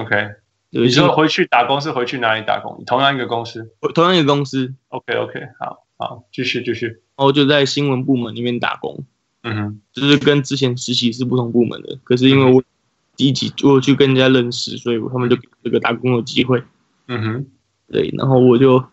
Speaker 4: OK。
Speaker 2: 对，
Speaker 4: 你
Speaker 2: 新
Speaker 4: 说
Speaker 2: 闻
Speaker 4: 回去打工是回去哪里打工？同样一个公司。
Speaker 2: 同样一个公司，
Speaker 4: OK OK，好好，继续继续。
Speaker 2: 然后就在新闻部门里面打工，
Speaker 4: 嗯哼，
Speaker 2: 就是跟之前实习是不同部门的。可是因为我一起我有去跟人家认识，所以他们就给我这个打工的机会。
Speaker 4: 嗯哼，
Speaker 2: 对，然后我就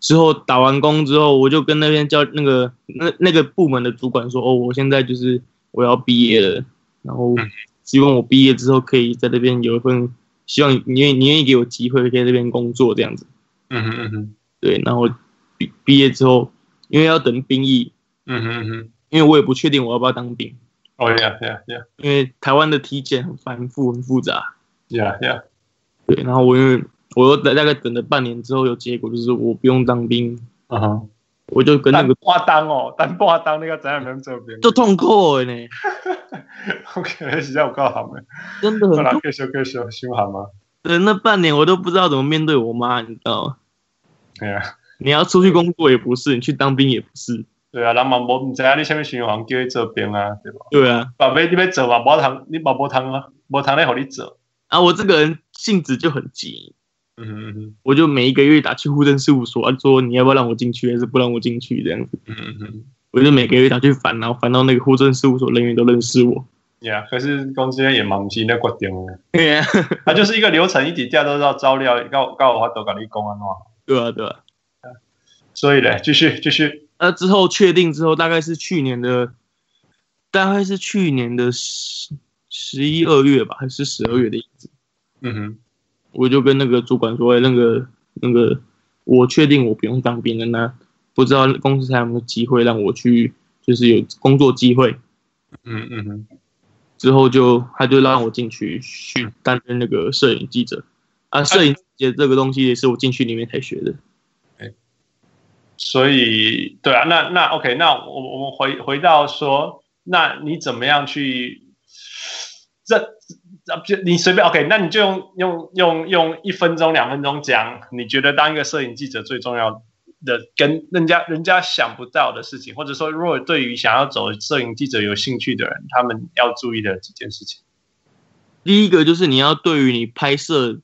Speaker 2: 之后打完工之后，我就跟那边叫那个那那个部门的主管说，哦，我现在就是我要毕业了，然后
Speaker 4: 嗯
Speaker 2: 希望我毕业之后可以在这边有一份，希望你愿你愿意给我机会可以在这边工作这样子。
Speaker 4: 嗯哼嗯哼，
Speaker 2: 对，然后毕毕业之后，因为要等兵役，
Speaker 4: 嗯哼嗯哼。
Speaker 2: 因为我也不确定我要不要当兵。
Speaker 4: 哦呀呀呀
Speaker 2: 因为台湾的体检很繁复、很复杂。
Speaker 4: 呀呀！
Speaker 2: 对，然后我因为我又大大概等了半年之后有结果，就是我不用当兵，
Speaker 4: 嗯哼，
Speaker 2: 我就跟那
Speaker 4: 但
Speaker 2: 个
Speaker 4: 挂单哦，但挂单那个怎样能这边
Speaker 2: 就痛苦的呢，
Speaker 4: ？OK，实在有够好的。
Speaker 2: 真的
Speaker 4: 好啦
Speaker 2: 很，
Speaker 4: 继续继续，修好吗？
Speaker 2: 等那半年我都不知道怎么面对我妈，你知道吗？
Speaker 4: 对啊，
Speaker 2: 你要出去工作也不是，你去当兵也不是，
Speaker 4: 对啊，人嘛无唔知影你啥物循环叫伊做兵啊，对吧？
Speaker 2: 对啊，
Speaker 4: 宝贝，你要做嘛，无通，你嘛无通啊，无通咧，互你做。
Speaker 2: 啊，我这个人性子就很急，
Speaker 4: 嗯哼嗯哼
Speaker 2: 我就每一个月打去户政事务所，啊说你要不要让我进去，还是不让我进去这样子，
Speaker 4: 嗯哼嗯哼，
Speaker 2: 我就每个月打去烦，然后烦到那个户政事务所人员都认识我，
Speaker 4: 呀，可是公司也嘛毋是咧决定的。
Speaker 2: 对啊，
Speaker 4: 它就是一个流程，一底价都要照料，告告我法度甲你讲安怎。
Speaker 2: 对啊，对啊。
Speaker 4: 所以嘞，继续继续，
Speaker 2: 那呃之后确定之后，大概是去年的，大概是去年的十十一二月吧，还是十二月的样子，
Speaker 4: 嗯哼，
Speaker 2: 我就跟那个主管说，哎、那个那个，我确定我不用当兵了，那不知道公司还有没有机会让我去，就是有工作机会。
Speaker 4: 嗯嗯哼，
Speaker 2: 之后就他就让我进去去担任那个摄影记者，啊，摄影记者这个东西也是我进去里面才学的。
Speaker 4: 所以对啊，那那 OK，那我我们回回到说，那你怎么样去这？这这你随便 OK，那你就用用用用一分钟两分钟讲，你觉得当一个摄影记者最重要的跟人家人家想不到的事情，或者说，如果对于想要走摄影记者有兴趣的人，他们要注意的几件事情。
Speaker 2: 第一个就是你要对于你拍摄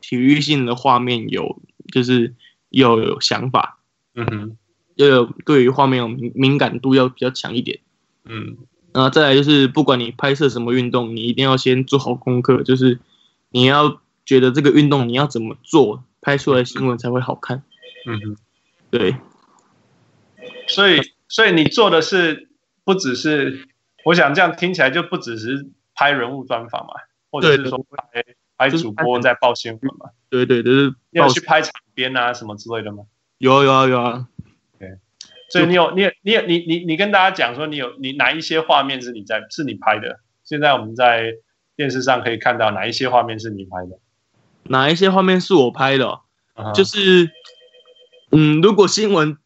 Speaker 2: 体育性的画面有，就是要有想法，
Speaker 4: 嗯哼，
Speaker 2: 要有对于画面有敏敏感度要比较强一点。
Speaker 4: 嗯
Speaker 2: 那再来就是，不管你拍摄什么运动，你一定要先做好功课，就是你要觉得这个运动你要怎么做，拍出来新闻才会好看。
Speaker 4: 嗯哼。
Speaker 2: 对，
Speaker 4: 所以，所以你做的是不只是，我想这样听起来就不只是拍人物专访嘛，或者是
Speaker 2: 对
Speaker 4: 说拍拍主播在报新闻嘛，
Speaker 2: 对对，就是
Speaker 4: 你有去
Speaker 2: 报
Speaker 4: 拍场边啊什么之类的吗？
Speaker 2: 有啊有啊有啊，
Speaker 4: 所以你有，你也，你也，你你你跟大家讲说，你有你哪一些画面是你在是你拍的？现在我们在电视上可以看到哪一些画面是你拍的？
Speaker 2: 哪一些画面是我拍的哦、
Speaker 4: 嗯
Speaker 2: 就是，嗯，如果新闻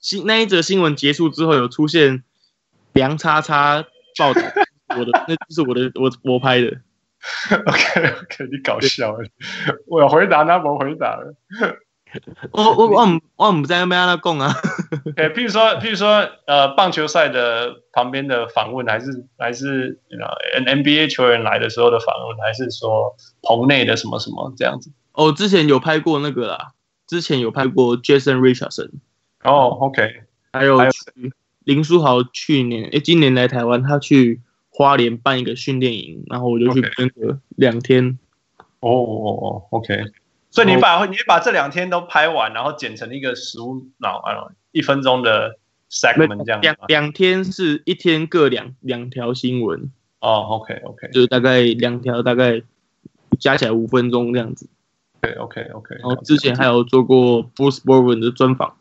Speaker 2: 新那一则新闻结束之后有出现梁叉叉报道， 我的那就是我的我我拍的。
Speaker 4: OK OK，你搞笑了，我有回答他没回答了。
Speaker 2: 我哦我我唔我唔知咩那讲啊，
Speaker 4: 对，譬如说，譬如说，呃，棒球赛的旁边的访问，还是还是呃 n NBA 球员来的时候的访问，还是说棚内的什么什么这样子？
Speaker 2: 哦，之前有拍过那个啦，之前有拍过 Jason Richardson，
Speaker 4: 哦，OK，
Speaker 2: 还有
Speaker 4: 还有
Speaker 2: 去林书豪去年诶、今年来台湾，他去花莲办一个训练营，然后我就去
Speaker 4: OK
Speaker 2: 跟个两天。
Speaker 4: 哦哦哦，OK，所以你把你把这两天都拍完，然后剪成一个十五秒，然后一分钟的 segment 这样子
Speaker 2: 两
Speaker 4: 吗？
Speaker 2: 两天是一天各两两条新闻，
Speaker 4: 哦，OK OK
Speaker 2: 就是大概两条，大概加起来五分钟这样子。
Speaker 4: OK OK OK，
Speaker 2: 然后之前还有做过 Bruce Bowen 的专访，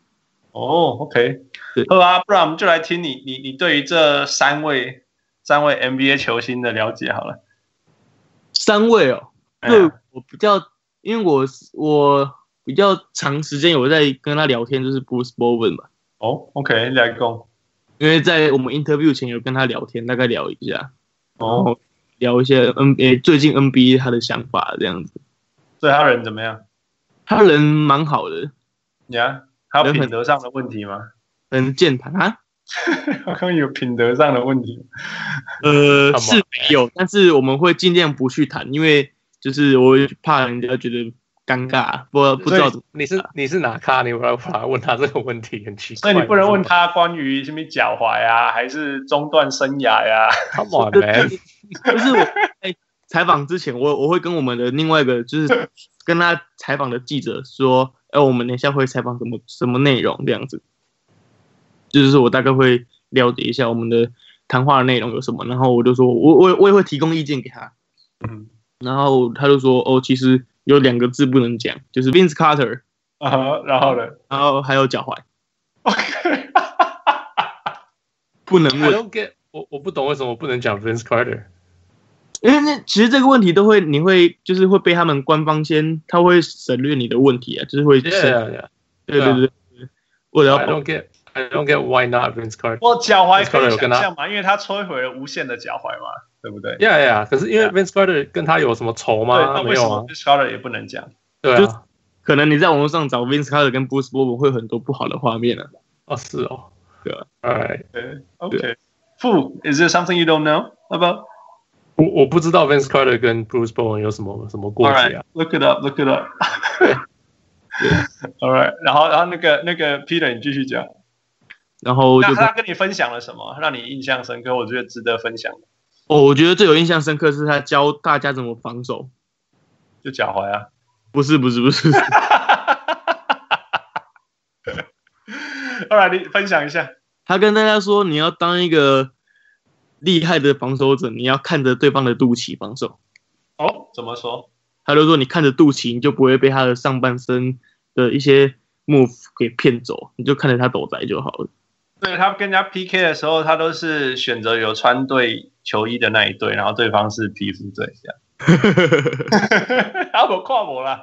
Speaker 4: 哦，OK，
Speaker 2: 对
Speaker 4: 好啊，不然我们就来听你你你对于这三位三位 NBA 球星的了解好了。
Speaker 2: 三位哦。
Speaker 4: 哎呀
Speaker 2: 对我比较，因为我是我比较长时间有在跟他聊天，就是 Bruce Bowen 吧。
Speaker 4: 哦，OK，来讲。
Speaker 2: 因为在我们 interview 前有跟他聊天，大概聊一下，然
Speaker 4: 哦，
Speaker 2: 后聊一些 NBA 最近 NBA 他的想法这样子。
Speaker 4: 所以他人怎么样？
Speaker 2: 他人蛮好的，
Speaker 4: 呀、还有
Speaker 2: 人很
Speaker 4: 品德上的问题 吗？
Speaker 2: 很健谈啊。
Speaker 4: 我看有品德上的问题。
Speaker 1: 干
Speaker 2: 呃，
Speaker 1: 嘛
Speaker 2: 是没有，但是我们会尽量不去谈，因为就是我怕人家觉得尴尬，不不知道怎么。
Speaker 1: 你是你是哪咖？你不要不然问他这个问题很奇
Speaker 4: 所
Speaker 1: 怪。
Speaker 4: 以你不能问他关于什么脚踝啊，还是中断生涯啊呀、
Speaker 1: ，Come on man，
Speaker 2: 就是我在采访之前，我我会跟我们的另外一个就是跟他采访的记者说，哎、我们等一下会采访什么什么内容这样子，就是我大概会了解一下我们的谈话的内容有什么，然后我就说我我我也会提供意见给他，
Speaker 4: 嗯
Speaker 2: 然后他就说哦，其实有两个字不能讲，就是 Vince Carter，
Speaker 4: 啊哈，然后呢
Speaker 2: 然后还有脚踝
Speaker 4: ？OK，
Speaker 2: 不能
Speaker 1: 我
Speaker 2: 问。
Speaker 1: don't get，我我不懂为什么不能讲 Vince Carter。
Speaker 2: 因为那其实这个问题都会，你会就是会被他们官方先，他会省略你的问题啊，就是会省
Speaker 1: Yeah, yeah,
Speaker 2: 对
Speaker 1: 对啊
Speaker 2: 对对，为了
Speaker 1: yeah. I
Speaker 2: 要保
Speaker 1: don't get, I don't get why not Vince Carter.
Speaker 4: 我脚踝可
Speaker 1: Vince Carter
Speaker 4: 以
Speaker 1: 有跟
Speaker 4: 想
Speaker 1: 他
Speaker 4: 象嘛，因为他摧毁了无限的脚踝嘛，对不对？
Speaker 1: Yeah, yeah. 可是因为
Speaker 4: Yeah.
Speaker 1: Vince Carter 跟他有什么仇
Speaker 4: 对，
Speaker 1: 吗？
Speaker 4: 那
Speaker 1: 没
Speaker 4: 为什
Speaker 1: 有啊
Speaker 4: 么 s c o t t e r 也不能讲？
Speaker 1: 对
Speaker 2: 就是
Speaker 1: 啊，
Speaker 2: 可能你在网络上找 Vince Carter 跟 Bruce Bowen 会有很多不好的画面啊。
Speaker 1: 哦是哦，
Speaker 2: 对啊
Speaker 1: All right，
Speaker 4: 对，OK。Fu, is there something you don't know about?
Speaker 1: 我我不知道 Vince Carter 跟 Bruce Bowen 有什么什么过
Speaker 4: All
Speaker 1: 节
Speaker 4: right,
Speaker 1: 啊。
Speaker 4: look it up, look it up.
Speaker 2: 对，
Speaker 4: All right，然后然后那个那个 Peter，你继续讲。
Speaker 2: 然后就
Speaker 4: 那他跟你分享了什么，让你印象深刻？我觉得值得分享的，
Speaker 2: 哦，我觉得最有印象深刻是他教大家怎么防守，
Speaker 4: 就脚踝啊。
Speaker 2: 不是不是不是，
Speaker 4: 后来你分享一下，
Speaker 2: 他跟大家说，你要当一个厉害的防守者，你要看着对方的肚脐防守。
Speaker 4: 哦，怎么说？
Speaker 2: 他就说，你看着肚脐，你就不会被他的上半身的一些 move 给骗走，你就看着他抖仔就好了。
Speaker 4: 对他跟人家 PK 的时候，他都是选择有穿对球衣的那一队，然后对方是皮肤队 这样。然后我跨我啦，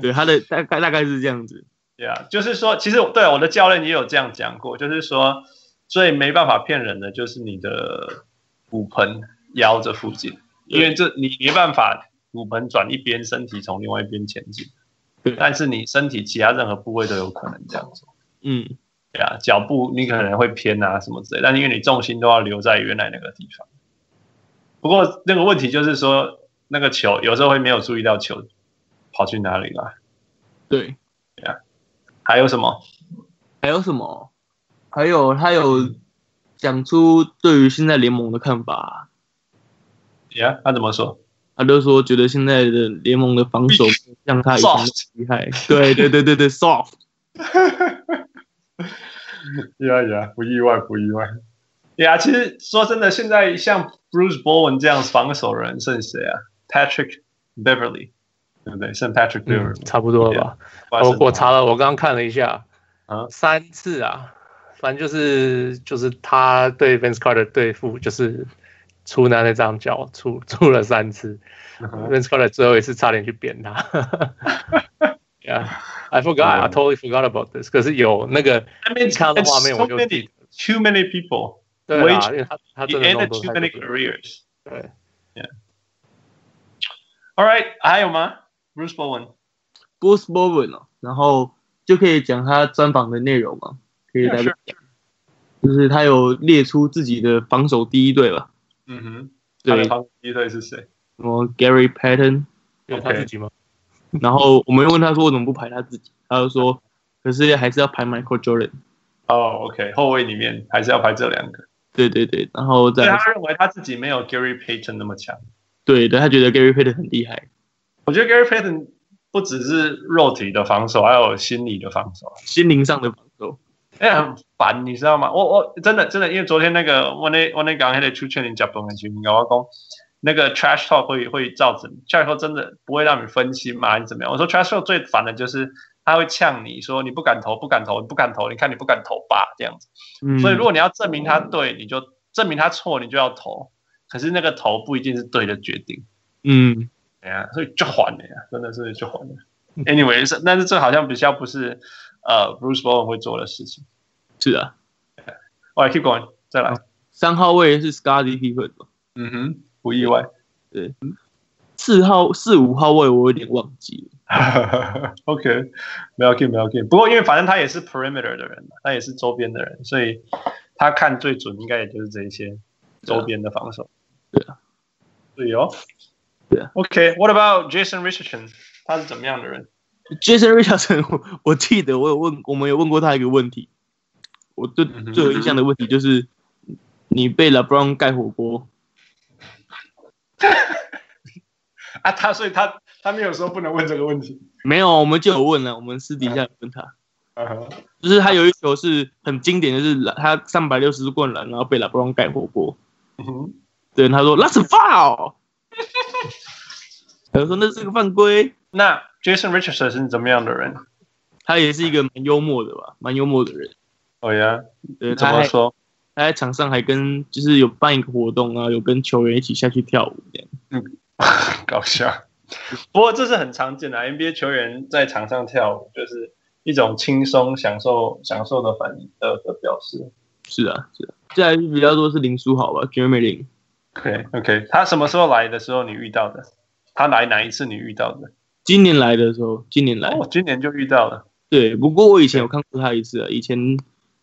Speaker 2: 对，他的大概大概是这样子。
Speaker 4: 对啊，就是说，其实对我的教练也有这样讲过，就是说最没办法骗人的就是你的骨盆腰这附近，因为这你没办法骨盆转一边，身体从另外一边前进
Speaker 2: 对。
Speaker 4: 但是你身体其他任何部位都有可能这样做。
Speaker 2: 嗯，
Speaker 4: 对啊，脚步你可能会偏啊什么之类，但因为你重心都要留在原来那个地方。不过那个问题就是说，那个球有时候会没有注意到球跑去哪里了。
Speaker 2: 对。
Speaker 4: 还有什么？
Speaker 2: 还有什么？还有他有讲出对于现在联盟的看法，
Speaker 4: 呀、他怎么说？
Speaker 2: 他就说觉得现在的联盟的防守像啊他以前那么厉害。对对对对对，soft。
Speaker 4: 呀呀，不意外，不意外。呀、其实说真的，现在像 Bruce Bowen 这样防守人剩谁啊？Patrick Beverly，对不对？剩 Patrick
Speaker 1: 嗯
Speaker 4: Beverly，、
Speaker 1: 差不多了吧？我我查了，我刚刚看了一下，
Speaker 4: 啊
Speaker 1: 三次啊，反正就是就是他对 Vince Carter 对付就是出那那张脚出出了三次、
Speaker 4: 嗯哼
Speaker 1: v i n c e Carter 最后一次差点去扁他。yeah, I forgot, I totally forgot about this。可是有那个
Speaker 4: 那边
Speaker 1: 看到画面我就
Speaker 4: so
Speaker 1: 记
Speaker 4: many, too many people。
Speaker 1: 对
Speaker 4: 我也
Speaker 1: 啊，
Speaker 4: 觉
Speaker 1: 因为他他
Speaker 4: He
Speaker 1: 真的弄
Speaker 4: ended
Speaker 1: 多
Speaker 4: too
Speaker 1: 太
Speaker 4: many
Speaker 1: 多了。
Speaker 4: careers.
Speaker 1: 对，
Speaker 4: All right，还有吗？Bruce Bowen，
Speaker 2: Bruce Bowen 哦，然后就可以讲他专访的内容嘛，可以
Speaker 4: Yeah,
Speaker 2: 来
Speaker 4: sure,
Speaker 2: 讲，就是他有列出自己的防守第一队吧，
Speaker 4: 嗯哼，他
Speaker 2: 对，
Speaker 4: 的
Speaker 2: 什
Speaker 4: 防守第一队是谁？
Speaker 2: 么 Gary Patton，
Speaker 1: 有他自己吗？
Speaker 2: 然后我们又问他说为什么不排他自己，他就说，可是还是要排 Michael Jordan，
Speaker 4: 哦、o k 后卫里面还是要排这两个。
Speaker 2: 对对对，然后
Speaker 4: 所以
Speaker 2: 再
Speaker 4: 他认为他自己没有 Gary Payton 那么强。
Speaker 2: 对对，他觉得 Gary Patton 很厉害，
Speaker 4: 我觉得 Gary Payton 不只是肉体的防守，还有心理的防守，
Speaker 2: 心灵上的防守，
Speaker 4: 哎、很烦，你知道吗？我我真的真的，因为昨天那个我那我那刚才的出圈人讲东西，你跟我讲那个 trash talk 会会造成 trash talk 真的不会让你分心嘛，还是怎么样？我说 trash talk 最烦的就是他会呛你说你不敢投，不敢投，你不敢投，你看你不敢投吧这样子。
Speaker 2: 嗯，
Speaker 4: 所以如果你要证明他对，你就证明他错，你就要投。可是那个投不一定是对的决定。
Speaker 2: 嗯
Speaker 4: 哎呀，所以就还了呀，真的是就还了。Anyway，是，但是这好像比较不是呃 Bruce Bowen 会做的事情。
Speaker 2: 是啊，
Speaker 4: 我来 keep going，再来。
Speaker 2: 三号位是 Scotty Pippen 嘛，
Speaker 4: 嗯哼，不意外。
Speaker 2: 四号四五号位我有点忘记了，
Speaker 4: OK，没有 keep，没有 keep。不过因为反正他也是 perimeter 的人嘛，他也是周边的人，所以他看最准应该也就是这一些周边的防守。
Speaker 2: 对
Speaker 4: 啊，对哦。
Speaker 2: 对啊
Speaker 4: OK，What、about Jason Richardson？他是怎么样的人？
Speaker 2: Jason Richardson，我 我记得我有问，我们有问过他一个问题，我对
Speaker 4: 嗯哼
Speaker 2: 最有印象的问题就是，你被 LeBron 盖火锅，
Speaker 4: 啊，他所以他他没有说不能问这个问题。
Speaker 2: 没有？我们就有问了，我们私底下有问他，
Speaker 4: 嗯哼
Speaker 2: 就是他有一球是很经典，就是他三百六十度灌篮，然后被 LeBron 盖火锅，
Speaker 4: 嗯哼，
Speaker 2: 对，他说 That's a foul，他说那是个犯规，
Speaker 4: 那 Jason Richardson 是怎么样的人？
Speaker 2: 他也是一个蛮幽默的吧，蛮幽默的人，
Speaker 4: 哦呀，
Speaker 2: 对，
Speaker 4: 怎
Speaker 2: 他
Speaker 4: 么
Speaker 2: 还
Speaker 4: 说？
Speaker 2: 他在场上还跟就是有办一个活动啊，有跟球员一起下去跳舞这样，
Speaker 4: 搞笑。不过这是很常见的、啊、，NBA 球员在场上跳舞，就是一种轻松享受享受的反的的表示。
Speaker 2: 是啊，是啊，再来就比较多是林书豪吧，Jeremy 林，
Speaker 4: OK OK，他什么时候来的时候你遇到的？他来哪一次你遇到的？
Speaker 2: 今年来的时候，今年来，
Speaker 4: 哦，今年就遇到了。
Speaker 2: 对，不过我以前有看过他一次啊，以前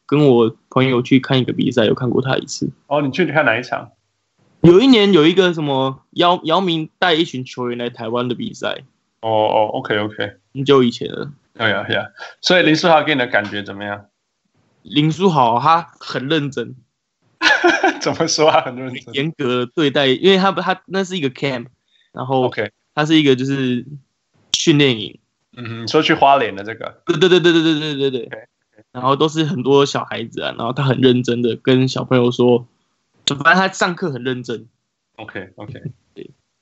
Speaker 2: 跟我朋友去看一个比赛，有看过他一次。
Speaker 4: 哦，你去看哪一场？
Speaker 2: 有一年有一个什么姚姚明带一群球员来台湾的比赛，
Speaker 4: 哦哦，OK OK，
Speaker 2: 很久以前了。
Speaker 4: 哎呀呀，所以林书豪给你的感觉怎么样？
Speaker 2: 林书豪他很认真、
Speaker 4: 怎么说啊？很认真。
Speaker 2: 严格地对待，因为他他那是一个 camp，然后
Speaker 4: OK，
Speaker 2: 他是一个就是训练营，
Speaker 4: 嗯，你说去花莲的这个
Speaker 2: 对对对对对对对对对
Speaker 4: OK，OK，
Speaker 2: 然后都是很多小孩子啊，然后他很认真的跟小朋友说，就反正他上课很认真，
Speaker 4: OK OK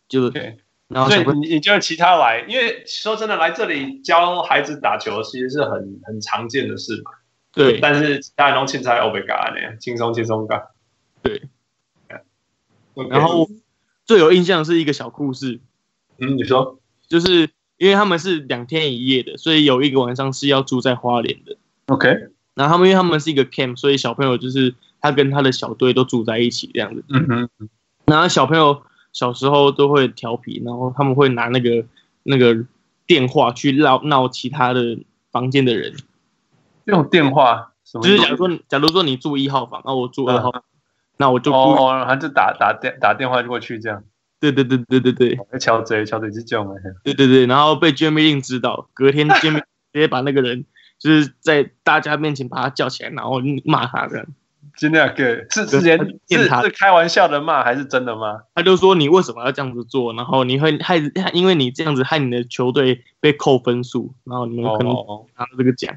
Speaker 2: 就
Speaker 4: OK，
Speaker 2: 然后
Speaker 4: 所
Speaker 2: 小
Speaker 4: 以
Speaker 2: 朋友
Speaker 4: 你你就其他来，因为说真的，来这里教孩子打球其实是很很常见的事嘛。
Speaker 2: 对
Speaker 4: 但是其他人都轻彩 o b e g a 呢，轻松轻松干。
Speaker 2: 对
Speaker 4: OK，
Speaker 2: 然后最有印象是一个小故事，
Speaker 4: 嗯，你说
Speaker 2: 就是因为他们是两天一夜的，所以有一个晚上是要住在花莲的。
Speaker 4: OK，
Speaker 2: 然后他们因为他们是一个 camp，所以小朋友就是他跟他的小队都住在一起这样子。
Speaker 4: 嗯哼，
Speaker 2: 然后小朋友小时候都会调皮，然后他们会拿那个那个电话去闹闹其他的房间的人，
Speaker 4: 这种电话什么
Speaker 2: 就
Speaker 4: 意思？
Speaker 2: 是假如说假如说你住一号房，那我住
Speaker 4: 嗯
Speaker 2: 二号，那我就故意
Speaker 4: 哦哦，他就打打电打电话过去这样，
Speaker 2: 对对对对对对
Speaker 4: 乔贼乔贼是这样的，
Speaker 2: 对对对，然后被 Jimmy Lin 知道，隔天 Jimmy 直接把那个人就是在大家面前把他叫起来，然后骂他这样，
Speaker 4: 真的啊给是
Speaker 2: 对
Speaker 4: 之前
Speaker 2: 他
Speaker 4: 是
Speaker 2: 骗他
Speaker 4: 是开玩笑的骂还是真的骂？
Speaker 2: 他就说你为什么要这样子做，然后你会害因为你这样子害你的球队被扣分数，然后你们
Speaker 4: 哦
Speaker 2: 可能
Speaker 4: 哦哦。
Speaker 2: 拿到这个奖。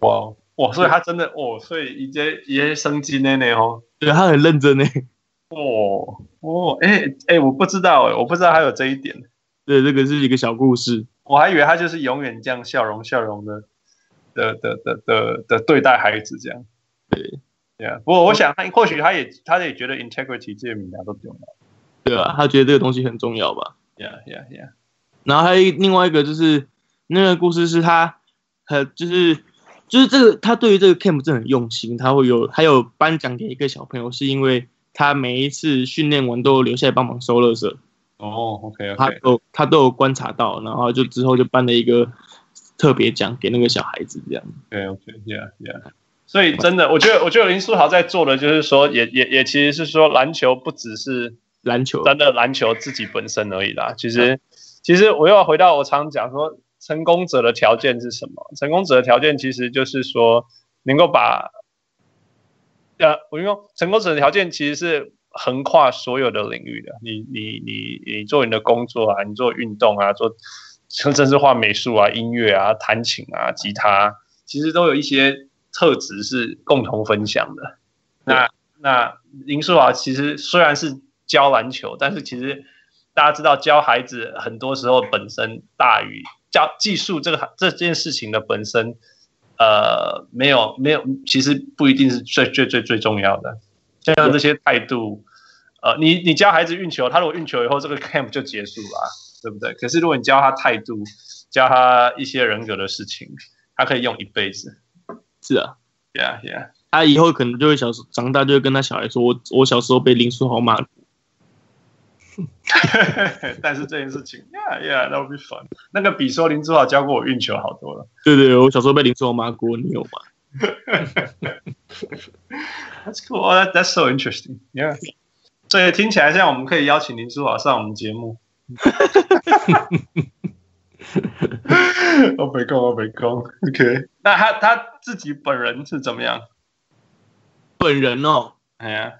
Speaker 4: 哇哦哇，所以他真的哦，所以一些一些生机内内哦，
Speaker 2: 对他很认真呢，欸
Speaker 4: 哦哦，哎、哎、我不知道哎、我不知道还有这一点，
Speaker 2: 对，这个是一个小故事。
Speaker 4: 我还以为他就是永远这样笑容笑容的的的的的的对待孩子这样。
Speaker 2: 对
Speaker 4: 对啊，不过我想他或许他也他也觉得 integrity 这些名啊都重要。
Speaker 2: 对啊，他觉得这个东西很重要吧。
Speaker 4: Yeah yeah yeah，
Speaker 2: 然后还有一另外一个就是那个故事是他很就是就是这个他对于这个 camp 真的很用心，他会有还有颁奖给一个小朋友，是因为他每一次训练完都有留下来帮忙收垃圾，
Speaker 4: 哦，OK
Speaker 2: 他
Speaker 4: OK，
Speaker 2: 都他都有观察到，然后就之后就颁了一个特别奖给那个小孩子这样。
Speaker 4: 对，OK，Yeah，Yeah。所以真的，我觉得，我觉得林书豪在做的就是说，也也也其实是说，篮球不只是
Speaker 2: 篮球，
Speaker 4: 真的篮球自己本身而已啦。其实，其实我又要回到我常讲说，成功者的条件是什么？成功者的条件其实就是说，能够把，呃，我用成功者的条件其实是横跨所有的领域的。你你你你做你的工作啊，你做运动啊，做甚至是画美术啊、音乐啊、弹琴啊、吉他啊、其实都有一些特质是共同分享的。那那林书豪其实虽然是教篮球，但是其实大家知道教孩子很多时候本身大于教技术这个这件事情的本身，呃，没有没有，其实不一定是最最最最重要的，像这些态度。呃，你你教孩子运球，他如果运球以后，这个 camp 就结束了啊、对不对？可是如果你教他态度，教他一些人格的事情，他可以用一辈子。
Speaker 2: 是啊，
Speaker 4: Yeah, yeah.
Speaker 2: 他以后可能就会小时长大就会跟他小孩说，我我小时候被林书豪骂，
Speaker 4: 但是这件事情，Yeah, yeah, that would be fun. 那个比说林书豪教过我运球好多了。
Speaker 2: 对对，我小时候被林书豪骂过，你有吗？
Speaker 4: That's cool. Oh, that, that's so interesting. Yeah. 所以听起来像我们可以邀请林书豪上我们节 目。我北宫，我北宫。OK，那他他自己本人是怎么样？
Speaker 2: 本人哦，
Speaker 4: 哎呀，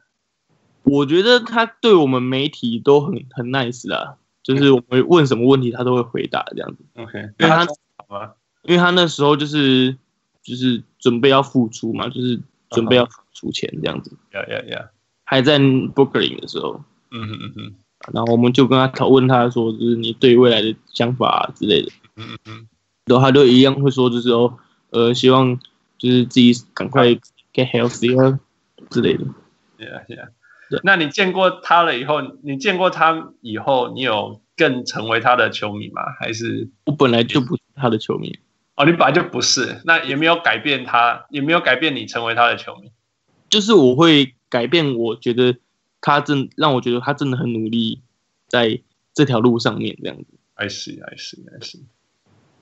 Speaker 2: 我觉得他对我们媒体都很很 nice 啦，就是我们问什么问题他都会回答这样子，
Speaker 4: OK，
Speaker 2: 因为他
Speaker 4: 好吧，
Speaker 2: 因为他那时候就是就是准备要复出嘛，就是准备要付出钱这样子，
Speaker 4: 呀呀呀，
Speaker 2: 还在 Brooklyn 的时候，
Speaker 4: 嗯哼嗯哼
Speaker 2: 然后我们就跟他讨论他说就是你对未来的想法、啊、之类的，
Speaker 4: 嗯哼嗯
Speaker 2: 然后他就一样会说就是哦，呃，希望就是自己赶快 get healthy 啊之类的。
Speaker 4: 哼，Yeah yeah
Speaker 2: 对。
Speaker 4: 那你见过他了以后，你见过他以后，你有更成为他的球迷吗？还是
Speaker 2: 我本来就不是他的球迷，
Speaker 4: 哦，你本来就不是，那也没有改变他，也没有改变你成为他的球迷。
Speaker 2: 就是我会改变，我觉得他真让我觉得他真的很努力在这条路上面这样子。
Speaker 4: I see, I see, I see.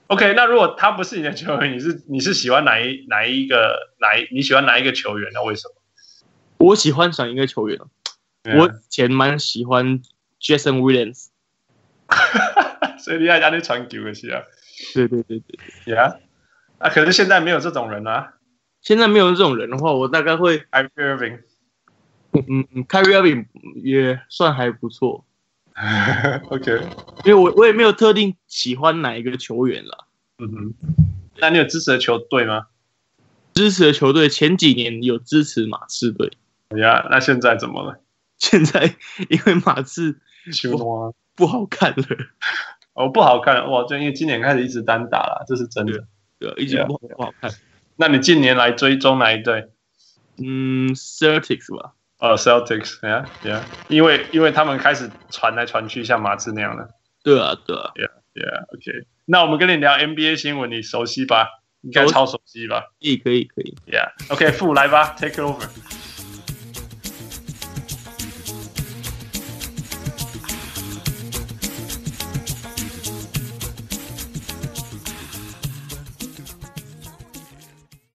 Speaker 4: OK，那如果他不是你的球员，你是你是喜欢哪一哪一个哪一你喜欢哪一个球员？那为什么？
Speaker 2: 我喜欢上一个球员，我以前蛮喜欢 Jason Williams，
Speaker 4: 我 所以你爱家那传球的是啊
Speaker 2: 对对对对。
Speaker 4: ，Yeah，啊，可是现在没有这种人啊
Speaker 2: 现在没有这种人的话，我大概会，
Speaker 4: ，I'm Irving，
Speaker 2: 嗯，Carry Irving 也算还不错，
Speaker 4: OK，
Speaker 2: 因为我我也没有特定喜欢哪一个球员啦。
Speaker 4: 嗯哼，那你有支持的球队吗？
Speaker 2: 支持的球队前几年有支持马刺队，
Speaker 4: 哎呀，那现在怎么了？
Speaker 2: 现在因为马刺
Speaker 4: 球吗？
Speaker 2: 不好看了，
Speaker 4: 哦，不好看哇！就因为今年开始一直单打了，这是真的。
Speaker 2: 对吧，一直不好不好看。
Speaker 4: 那你近年来追踪哪一队？
Speaker 2: 嗯，Celtics 吧，
Speaker 4: 呃，Celtics，哎呀，对呀，因为因为他们开始传来传去，像马刺那样的。
Speaker 2: 对啊，对啊，
Speaker 4: Yeah，OK、那我们跟你聊 NBA 新闻，你熟悉吧？应该超熟悉吧
Speaker 2: 可以可以可以。
Speaker 4: ？Yeah，OK，、傅来吧，Take over。